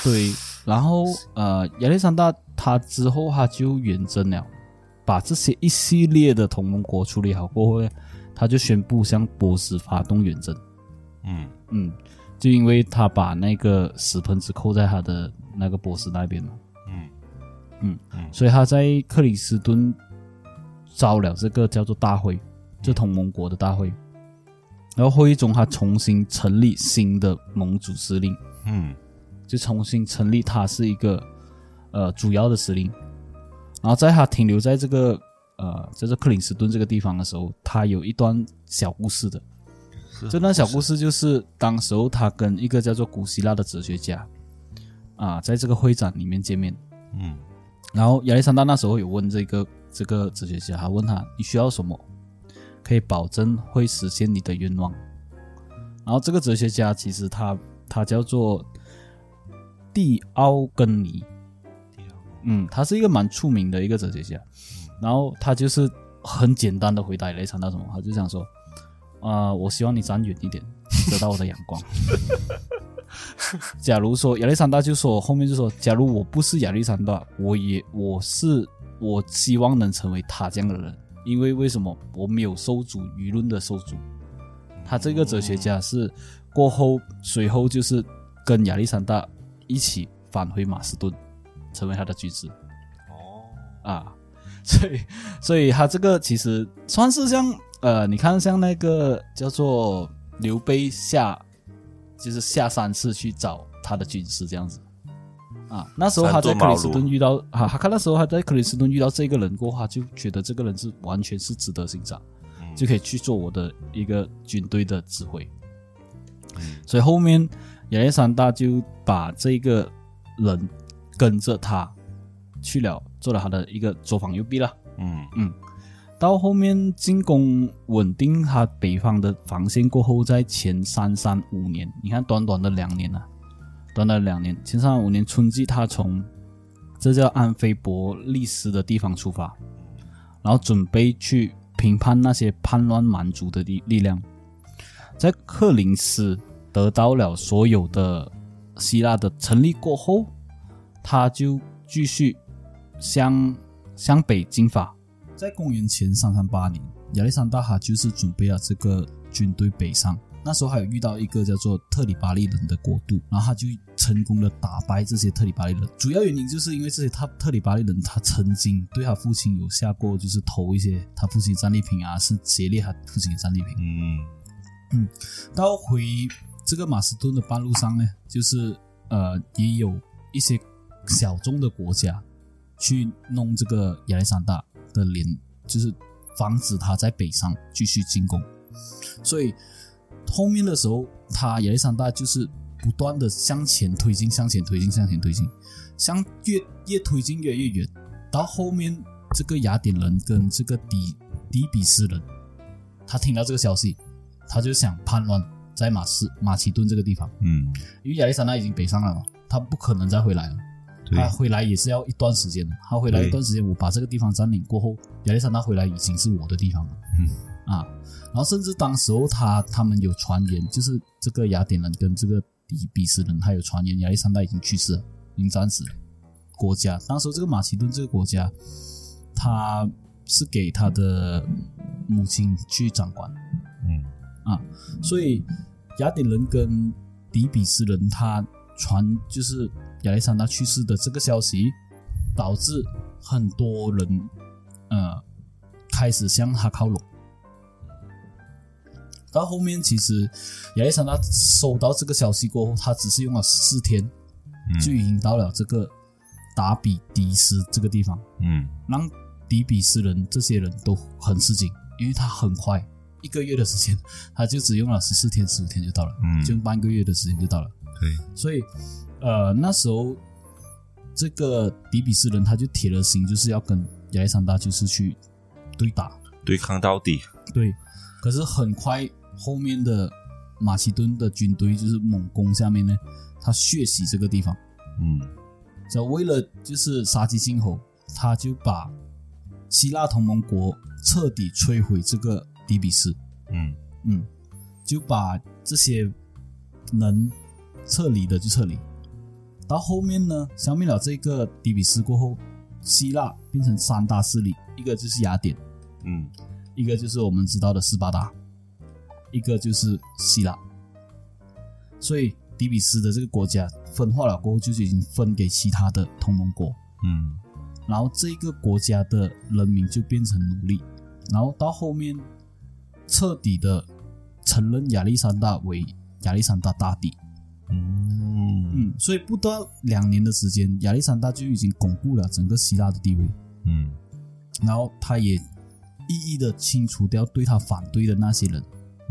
B: 对，然后呃，亚历山大他之后他就远征了，把这些一系列的同盟国处理好过后呢，他就宣布向波斯发动远征。
A: 嗯
B: 嗯，就因为他把那个屎盆子扣在他的那个波斯那边嘛。
A: 嗯
B: 嗯
A: 嗯
B: 所以他在克里斯顿招了这个叫做大
A: 嗯
B: 会，就同盟国的大会。然后会议中，他重新成立新的盟主司令，
A: 嗯
B: 就重新成立他是一个呃主要的司令。然后在他停留在这个呃叫做克林斯顿这个地方的时候，他有一段小故事的。
A: 是
B: 这段小故事就是当时候他跟一个叫做古希腊的哲学家啊，在这个会展里面见面。
A: 嗯
B: 然后亚历山大那时候有问这个这个哲学家，他问他你需要什么，可以保证会实现你的愿望。然后这个哲学家其实他他叫做蒂奥根尼，嗯，他是一个蛮出名的一个哲学家。然后他就是很简单的回答亚历山大什么，他就想说，啊、我希望你站远一点，得到我的阳光。假如说亚历山大就说后面就说，假如我不是亚历山大，我也我是我希望能成为他这样的人，因为为什么我没有受阻舆论的受阻？他这个哲学家是过后随后就是跟亚历山大一起返回马斯顿，成为他的军师。
A: 哦，
B: 啊， *laughs* 所以所以他这个其实算是像呃，你看像那个叫做刘备下，就是下三次去找他的军师这样子啊。那时候他在
A: 三
B: 克
A: 座
B: 里
A: 马
B: 斯
A: 路
B: 顿遇到啊，他看那时候他在克里斯顿遇到这个人过后，他就觉得这个人是完全是值得欣赏，
A: 嗯
B: 就可以去做我的一个军队的指挥。
A: 嗯
B: 所以后面亚历山大就把这个人跟着他去了，做了他的一个左膀右臂了。
A: 嗯
B: 到后面进攻稳定他北方的防线过后，在前三三五年，你看短短的两年啊，短短的两年，前三五年春季，他从这叫安菲伯利斯的地方出发，然后准备去平叛那些叛乱蛮族的力力量，在克林斯得到了所有的希腊的成立过后，他就继续向向北进发。在公元前三三八年，亚历山大哈就是准备了这个军队北上，那时候还有遇到一个叫做特里巴利人的国度，然后他就成功的打败这些特里巴利人。主要原因就是因为这些他特里巴利人，他曾经对他父亲有下过，就是投一些他父亲的战利品啊，是劫掠他父亲的战利品。
A: 嗯
B: 到回这个马其顿的半路上呢，就是呃，也有一些小众的国家去弄这个亚历山大的脸，就是防止他在北上继续进攻。所以后面的时候，他亚历山大就是不断的向前推进，向前推进，向前推进，向越越推进越来越远。到后面，这个雅典人跟这个底底比斯人，他听到这个消息，他就想叛乱在马斯马其顿这个地方，
A: 嗯，
B: 因为亚历山大已经北上了嘛，他不可能再回来了。
A: 对
B: 他回来也是要一段时间的，他回来
A: 对
B: 一段时间，我把这个地方占领过后，亚历山大回来已经是我的地方了。嗯啊，然后甚至当时候他他们有传言，就是这个雅典人跟这个底比斯人，还有传言亚历山大已经去世了，已经战死了。国家当时候这个马其顿这个国家，他是给他的母亲去掌管，
A: 嗯
B: 所以雅典人跟底比斯人他传就是亚历山大去世的这个消息，导致很多人呃开始向他靠拢。到后面其实亚历山大收到这个消息过后，他只是用了四天
A: 嗯
B: 就已经到了这个达比迪斯这个地方。
A: 嗯
B: 让底比斯人这些人都很吃惊，因为他很快一个月的时间，他就只用了十四天、十五天就到了，
A: 嗯
B: 就用半个月的时间就到了。
A: 对，
B: 所以，呃，那时候这个底比斯人他就铁了心，就是要跟亚历山大就是去对打。
A: 对抗到底，
B: 对，可是很快后面的马其顿的军队就是猛攻下面呢，他血洗这个地方。
A: 嗯
B: 就为了就是杀鸡儆猴，他就把希腊同盟国彻底摧毁这个底比斯，
A: 嗯
B: 嗯，就把这些能撤离的就撤离。到后面呢，消灭了这个底比斯过后，希腊变成三大势力，一个就是雅典，
A: 嗯
B: 一个就是我们知道的斯巴达，一个就是希腊。所以底比斯的这个国家分化了过后，就是已经分给其他的同盟国。
A: 嗯
B: 然后这个国家的人民就变成奴隶，然后到后面彻底的承认亚历山大为亚历山大大帝。
A: 嗯
B: 嗯，所以不到两年的时间，亚历山大就已经巩固了整个希腊的地位，
A: 嗯
B: 然后他也一一的清除掉对他反对的那些人，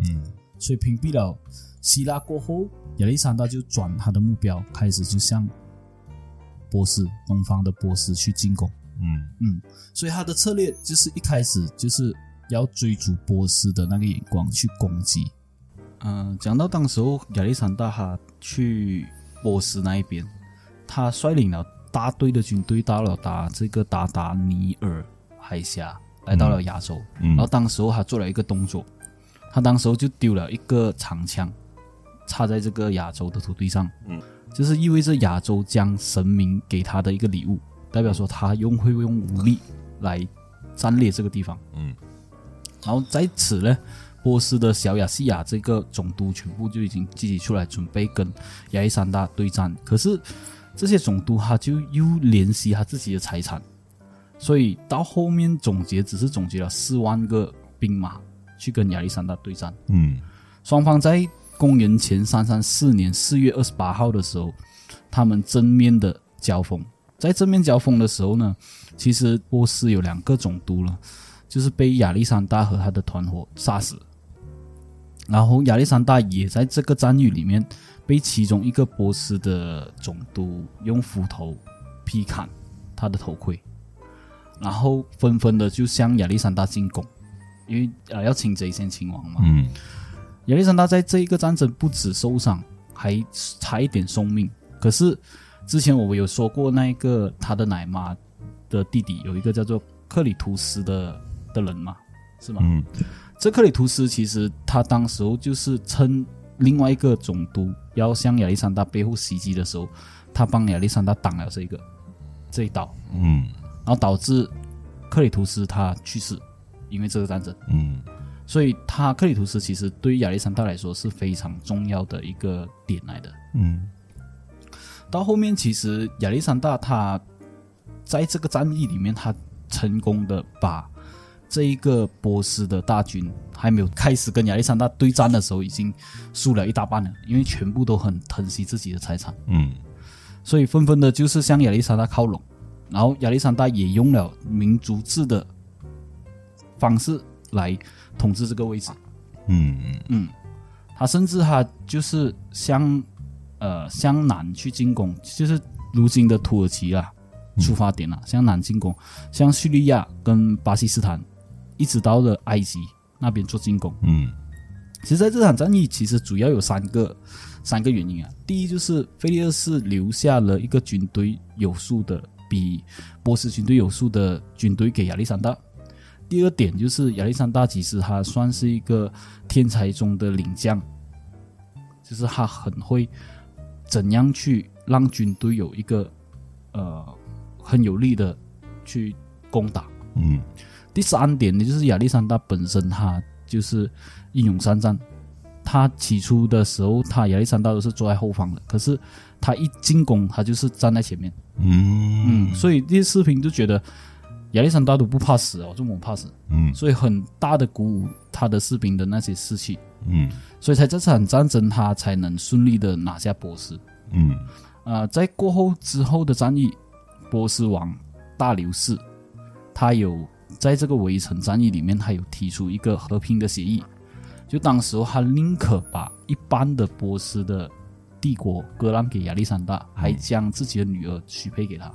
A: 嗯
B: 所以屏蔽了希腊过后，亚历山大就转他的目标，开始就向波斯东方的波斯去进攻。
A: 嗯
B: 所以他的策略就是一开始就是要追逐波斯的那个眼光去攻击。嗯、讲到当时候亚历山大哈去波斯那一边，他率领了大队的军队到了达这个达达尼尔海峡，来到了亚洲。然后
A: 嗯
B: 当时候他做了一个动作，他当时候就丢了一个长枪，插在这个亚洲的土地上，
A: 嗯，
B: 就是意味着亚洲将神明给他的一个礼物，代表说他用会用武力来战略这个地方。
A: 嗯
B: 然后在此呢，波斯的小亚细亚这个总督全部就已经积极出来，准备跟亚历山大对战。可是这些总督他就又怜惜他自己的财产，所以到后面总结只是总结了四万个兵马去跟亚历山大对战。
A: 嗯
B: 双方在公元前三三四年四月二十八号的时候，他们正面的交锋。在正面交锋的时候呢，其实波斯有两个总督了，就是被亚历山大和他的团伙杀死。然后亚历山大也在这个战役里面被其中一个波斯的总督用斧头劈砍他的头盔，然后纷纷的就向亚历山大进攻，因为啊、呃要擒贼先擒王嘛。
A: 嗯
B: 亚历山大在这一个战争不止受伤，还差一点送命。可是之前我有说过，那一个他的奶妈的弟弟有一个叫做克里图斯的的人嘛，是吗？
A: 嗯
B: 这克里图斯其实他当时候就是趁另外一个总督要向亚历山大背后袭击的时候，他帮亚历山大挡了这一个这一刀，
A: 嗯
B: 然后导致克里图斯他去世，因为这个战争。
A: 嗯
B: 所以他克里图斯其实对于亚历山大来说是非常重要的一个点来的。
A: 嗯
B: 到后面，其实亚历山大他在这个战役里面，他成功的把这一个波斯的大军还没有开始跟亚历山大对战的时候，已经输了一大半了，因为全部都很疼惜自己的财产，
A: 嗯
B: 所以纷纷的就是向亚历山大靠拢。然后亚历山大也用了民族制的方式来统治这个位置。
A: 嗯
B: 他甚至他就是向呃向南去进攻，就是如今的土耳其啊出发点啊，向南进攻，向叙利亚跟巴基斯坦，一直到了埃及那边做进攻。
A: 嗯
B: 其实，在这场战役，其实主要有三个三个原因啊。第一就是菲利二世留下了一个军队有数的比波斯军队有数的军队给亚历山大。第二点就是亚历山大其实他算是一个天才中的领将，就是他很会怎样去让军队有一个呃很有力的去攻打。
A: 嗯
B: 第三点呢，就是亚历山大本身他就是英勇善战。他起初的时候，他亚历山大都是坐在后方的，可是他一进攻，他就是站在前面。
A: 嗯
B: 嗯，所以这些视频就觉得亚历山大都不怕死哦，这么怕死，
A: 嗯
B: 所以很大的鼓舞他的士兵的那些士气，
A: 嗯
B: 所以才这场战争他才能顺利的拿下波斯。
A: 嗯
B: 呃，在过后之后的战役，波斯王大流士，他有在这个围城战役里面，他有提出一个和平的协议，就当时候他宁可把一般的波斯的帝国割让给亚历山大，还将自己的女儿许配给他。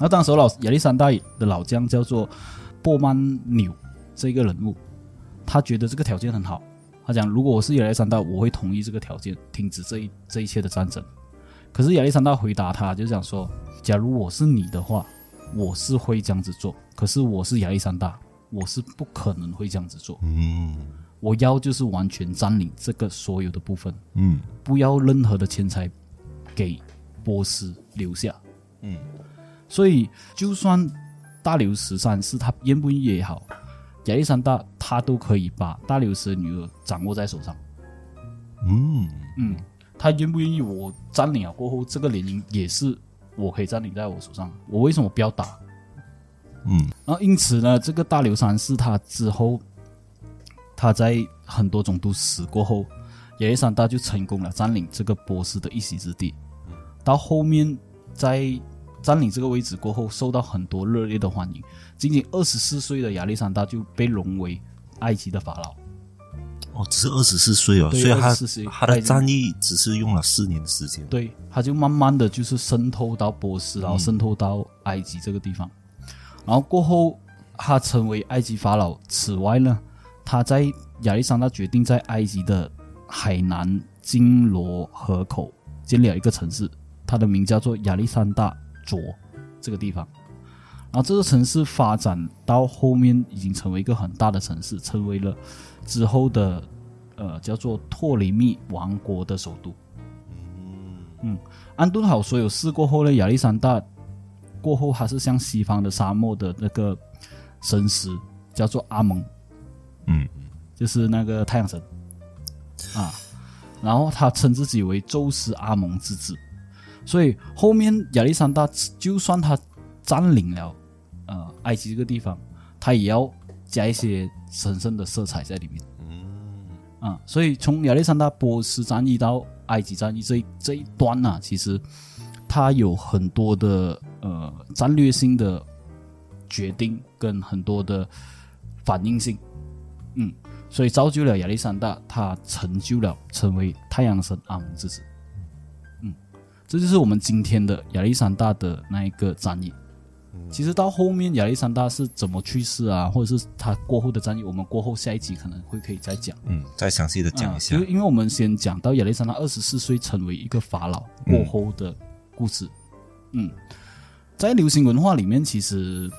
B: 那当时候老亚历山大的老将叫做波曼纽这个人物，他觉得这个条件很好。他讲，如果我是亚历山大，我会同意这个条件，停止这一这一切的战争。可是亚历山大回答他，就讲说：“假如我是你的话，我是会这样子做。可是我是亚历山大，我是不可能会这样子做。
A: 嗯
B: 我要就是完全占领这个所有的部分，
A: 嗯
B: 不要任何的钱财给波斯留下。
A: 嗯，
B: 所以就算大流十三世他愿不愿意也好，亚历山大他都可以把大流士的女儿掌握在手上。
A: 嗯
B: 嗯，他愿不愿意我占领了过后，这个联姻也是我可以占领在我手上，我为什么不要打？
A: 嗯
B: 然后因此呢，这个大流山是他之后，他在很多总督死过后，亚历山大就成功了占领这个波斯的一席之地。到后面在占领这个位置过后，受到很多热烈的欢迎。仅仅二十四岁的亚历山大就被荣为埃及的法老。
A: 哦，只是二十四岁哦，
B: 对
A: 所以他
B: 24岁
A: 他的战役只是用了四年的时间。
B: 对，他就慢慢的就是渗透到波斯，然后渗透到埃及这个地方，然后过后他成为埃及法老。此外呢，他在亚历山大决定在埃及的海南金罗河口建立了一个城市，它的名叫做亚历山大卓这个地方。然后这个城市发展到后面已经成为一个很大的城市，成为了之后的呃叫做托雷密王国的首都。安顿好所有事过后呢，亚历山大过后还是向西方的沙漠的那个神石叫做阿蒙，
A: 嗯
B: 就是那个太阳神啊，然后他称自己为宙斯阿蒙之子，所以后面亚历山大就算他占领了呃埃及这个地方，他也要加一些神圣的色彩在里面。啊，所以从亚历山大波斯战役到埃及战役这一这一端呢、其实它有很多的呃战略性的决定跟很多的反应性，嗯，所以造就了亚历山大，他成就了成为太阳神阿蒙之子，嗯，这就是我们今天的亚历山大的那一个战役。其实到后面亚历山大是怎么去世啊，或者是他过后的战役，我们过后下一集可能会可以再讲。
A: 嗯，再详细的讲一下
B: 啊就。是因为我们先讲到亚历山大二十四岁成为一个法老
A: 嗯
B: 过后的故事。嗯在流行文化里面，其实，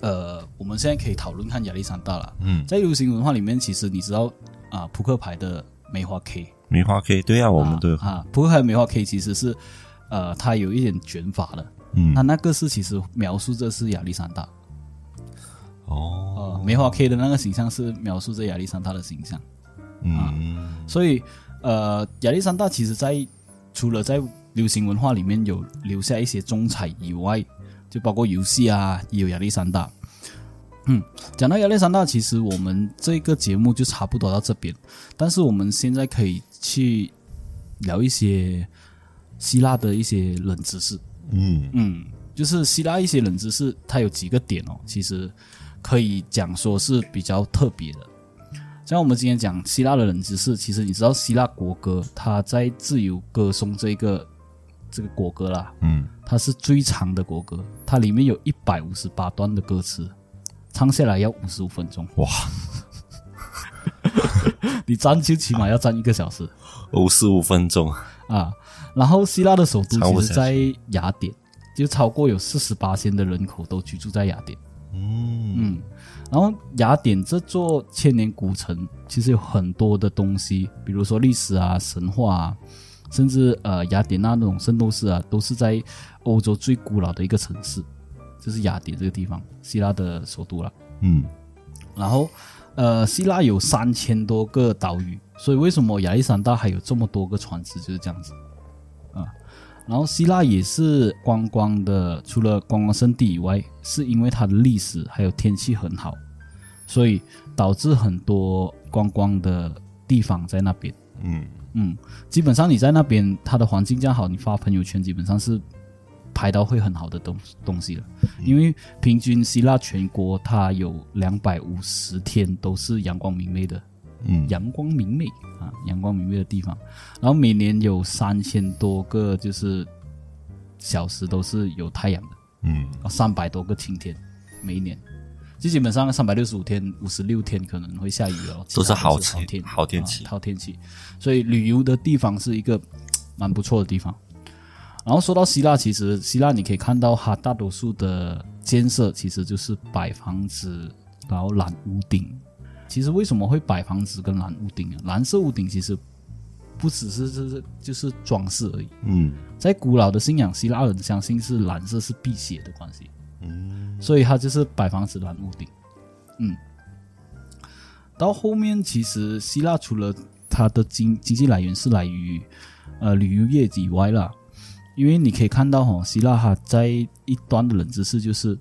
B: 呃，我们现在可以讨论看亚历山大了。
A: 嗯
B: 在流行文化里面，其实你知道啊、扑克牌的梅花 K，
A: 梅花 K，对啊，我们都有。
B: 啊，扑克牌的梅花 K 其实是呃，它有一点卷法的。
A: 嗯
B: 那那个是其实描述这是亚历山大，
A: 哦，
B: 哦，梅花 K 的那个形象是描述着亚历山大的形象，
A: 嗯，
B: 所以呃，亚历山大其实在除了在流行文化里面有留下一些中彩以外，就包括游戏啊，也有亚历山大。嗯，讲到亚历山大，其实我们这个节目就差不多到这边，但是我们现在可以去聊一些希腊的一些冷知识。
A: 嗯，
B: 嗯，就是希腊一些冷知识，它有几个点哦，其实可以讲说是比较特别的。像我们今天讲希腊的冷知识，其实你知道希腊国歌，它在自由歌颂这个这个国歌啦，
A: 嗯，
B: 它是最长的国歌，它里面有一百五十八段的歌词，唱下来要五十五分钟，
A: 哇，
B: 你站就起码要站一个小时
A: 五十五分钟，
B: 啊。然后希腊的首都
A: 超
B: 其
A: 过
B: 实在雅典，就超过有四十八线的人口都居住在雅典。
A: 嗯
B: 嗯，然后雅典这座千年古城其实有很多的东西，比如说历史啊、神话啊，甚至呃雅典娜那种圣斗士啊，都是在欧洲最古老的一个城市，就是雅典这个地方，希腊的首都了。
A: 嗯
B: 然后呃，希腊有三千多个岛屿，所以为什么亚历山大还有这么多个船只就是这样子啊？然后希腊也是观光的，除了观光胜地以外，是因为它的历史还有天气很好，所以导致很多观光的地方在那边。
A: 嗯，
B: 嗯，基本上你在那边，它的环境这样好，你发朋友圈基本上是排到会很好的东东西了。因为平均希腊全国它有两百五十天都是阳光明媚的，
A: 嗯
B: 阳光明媚啊，阳光明媚的地方。然后每年有三千多个就是小时都是有太阳的，
A: 嗯
B: 三百多个晴天，每一年。就基本上三百六十五天，五十六天可能会下雨哦，
A: 都
B: 其
A: 是
B: 他
A: 好
B: 好
A: 天
B: 天，
A: 好天气
B: 啊好天气。所以旅游的地方是一个蛮不错的地方。然后说到希腊，其实希腊你可以看到它大多数的建设其实就是摆房子，然后蓝屋顶。其实为什么会摆房子跟蓝屋顶啊？蓝色屋顶其实不只是就是就是装饰而已，
A: 嗯
B: 在古老的信仰，希腊人相信是蓝色是辟邪的关系，
A: 嗯
B: 所以它就是摆房子蓝屋顶。嗯，到后面其实希腊除了它的经经济来源是来于呃旅游业以外啦，因为你可以看到哈、哦，希腊哈在一端的冷知识就是，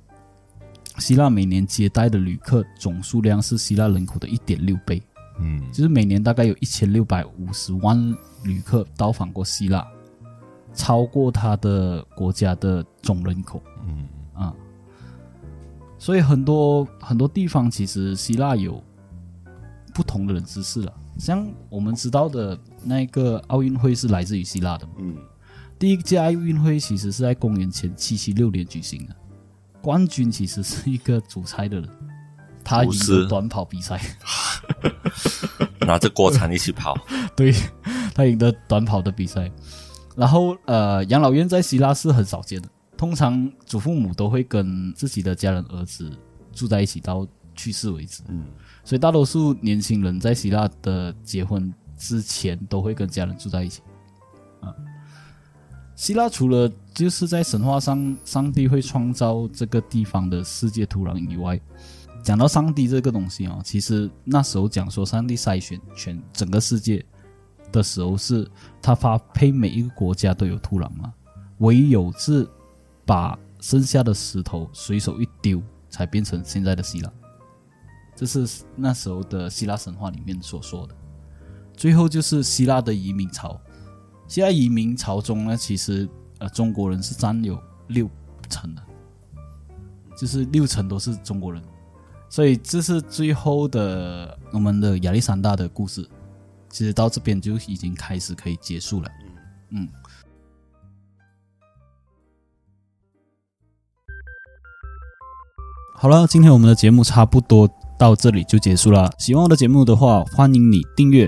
B: 希腊每年接待的旅客总数量是希腊人口的一点六倍。
A: 嗯
B: 就是每年大概有一千六百五十万旅客到访过希腊，超过它的国家的总人口
A: 嗯
B: 啊。所以很多很多地方其实希腊有不同的人知识了，像我们知道的那个奥运会是来自于希腊的嘛。
A: 嗯
B: 第一届奥运会其实是在公元前七七六年举行的，冠军其实是一个主菜的人，他赢
A: 不是
B: 了短跑比赛。
A: 拿着锅铲一起跑，
B: *laughs* 对他赢得短跑的比赛。然后呃，养老院在希腊是很少见的，通常祖父母都会跟自己的家人儿子住在一起到去世为止，
A: 嗯
B: 所以大多数年轻人在希腊的结婚之前都会跟家人住在一起。啊，希腊除了就是在神话上上帝会创造这个地方的世界土壤以外，讲到上帝这个东西哦，其实那时候讲说上帝筛选全整个世界的时候是，他发配每一个国家都有土壤嘛，唯有是把剩下的石头随手一丢，才变成现在的希腊。这是那时候的希腊神话里面所说的。最后就是希腊的移民潮，希腊移民潮中呢，其实呃中国人是占有六成的，就是六成都是中国人，所以这是最后的我们的亚历山大的故事。其实到这边就已经开始可以结束了。嗯，好了，今天我们的节目差不多到这里就结束了。喜欢我的节目的话，欢迎你订阅、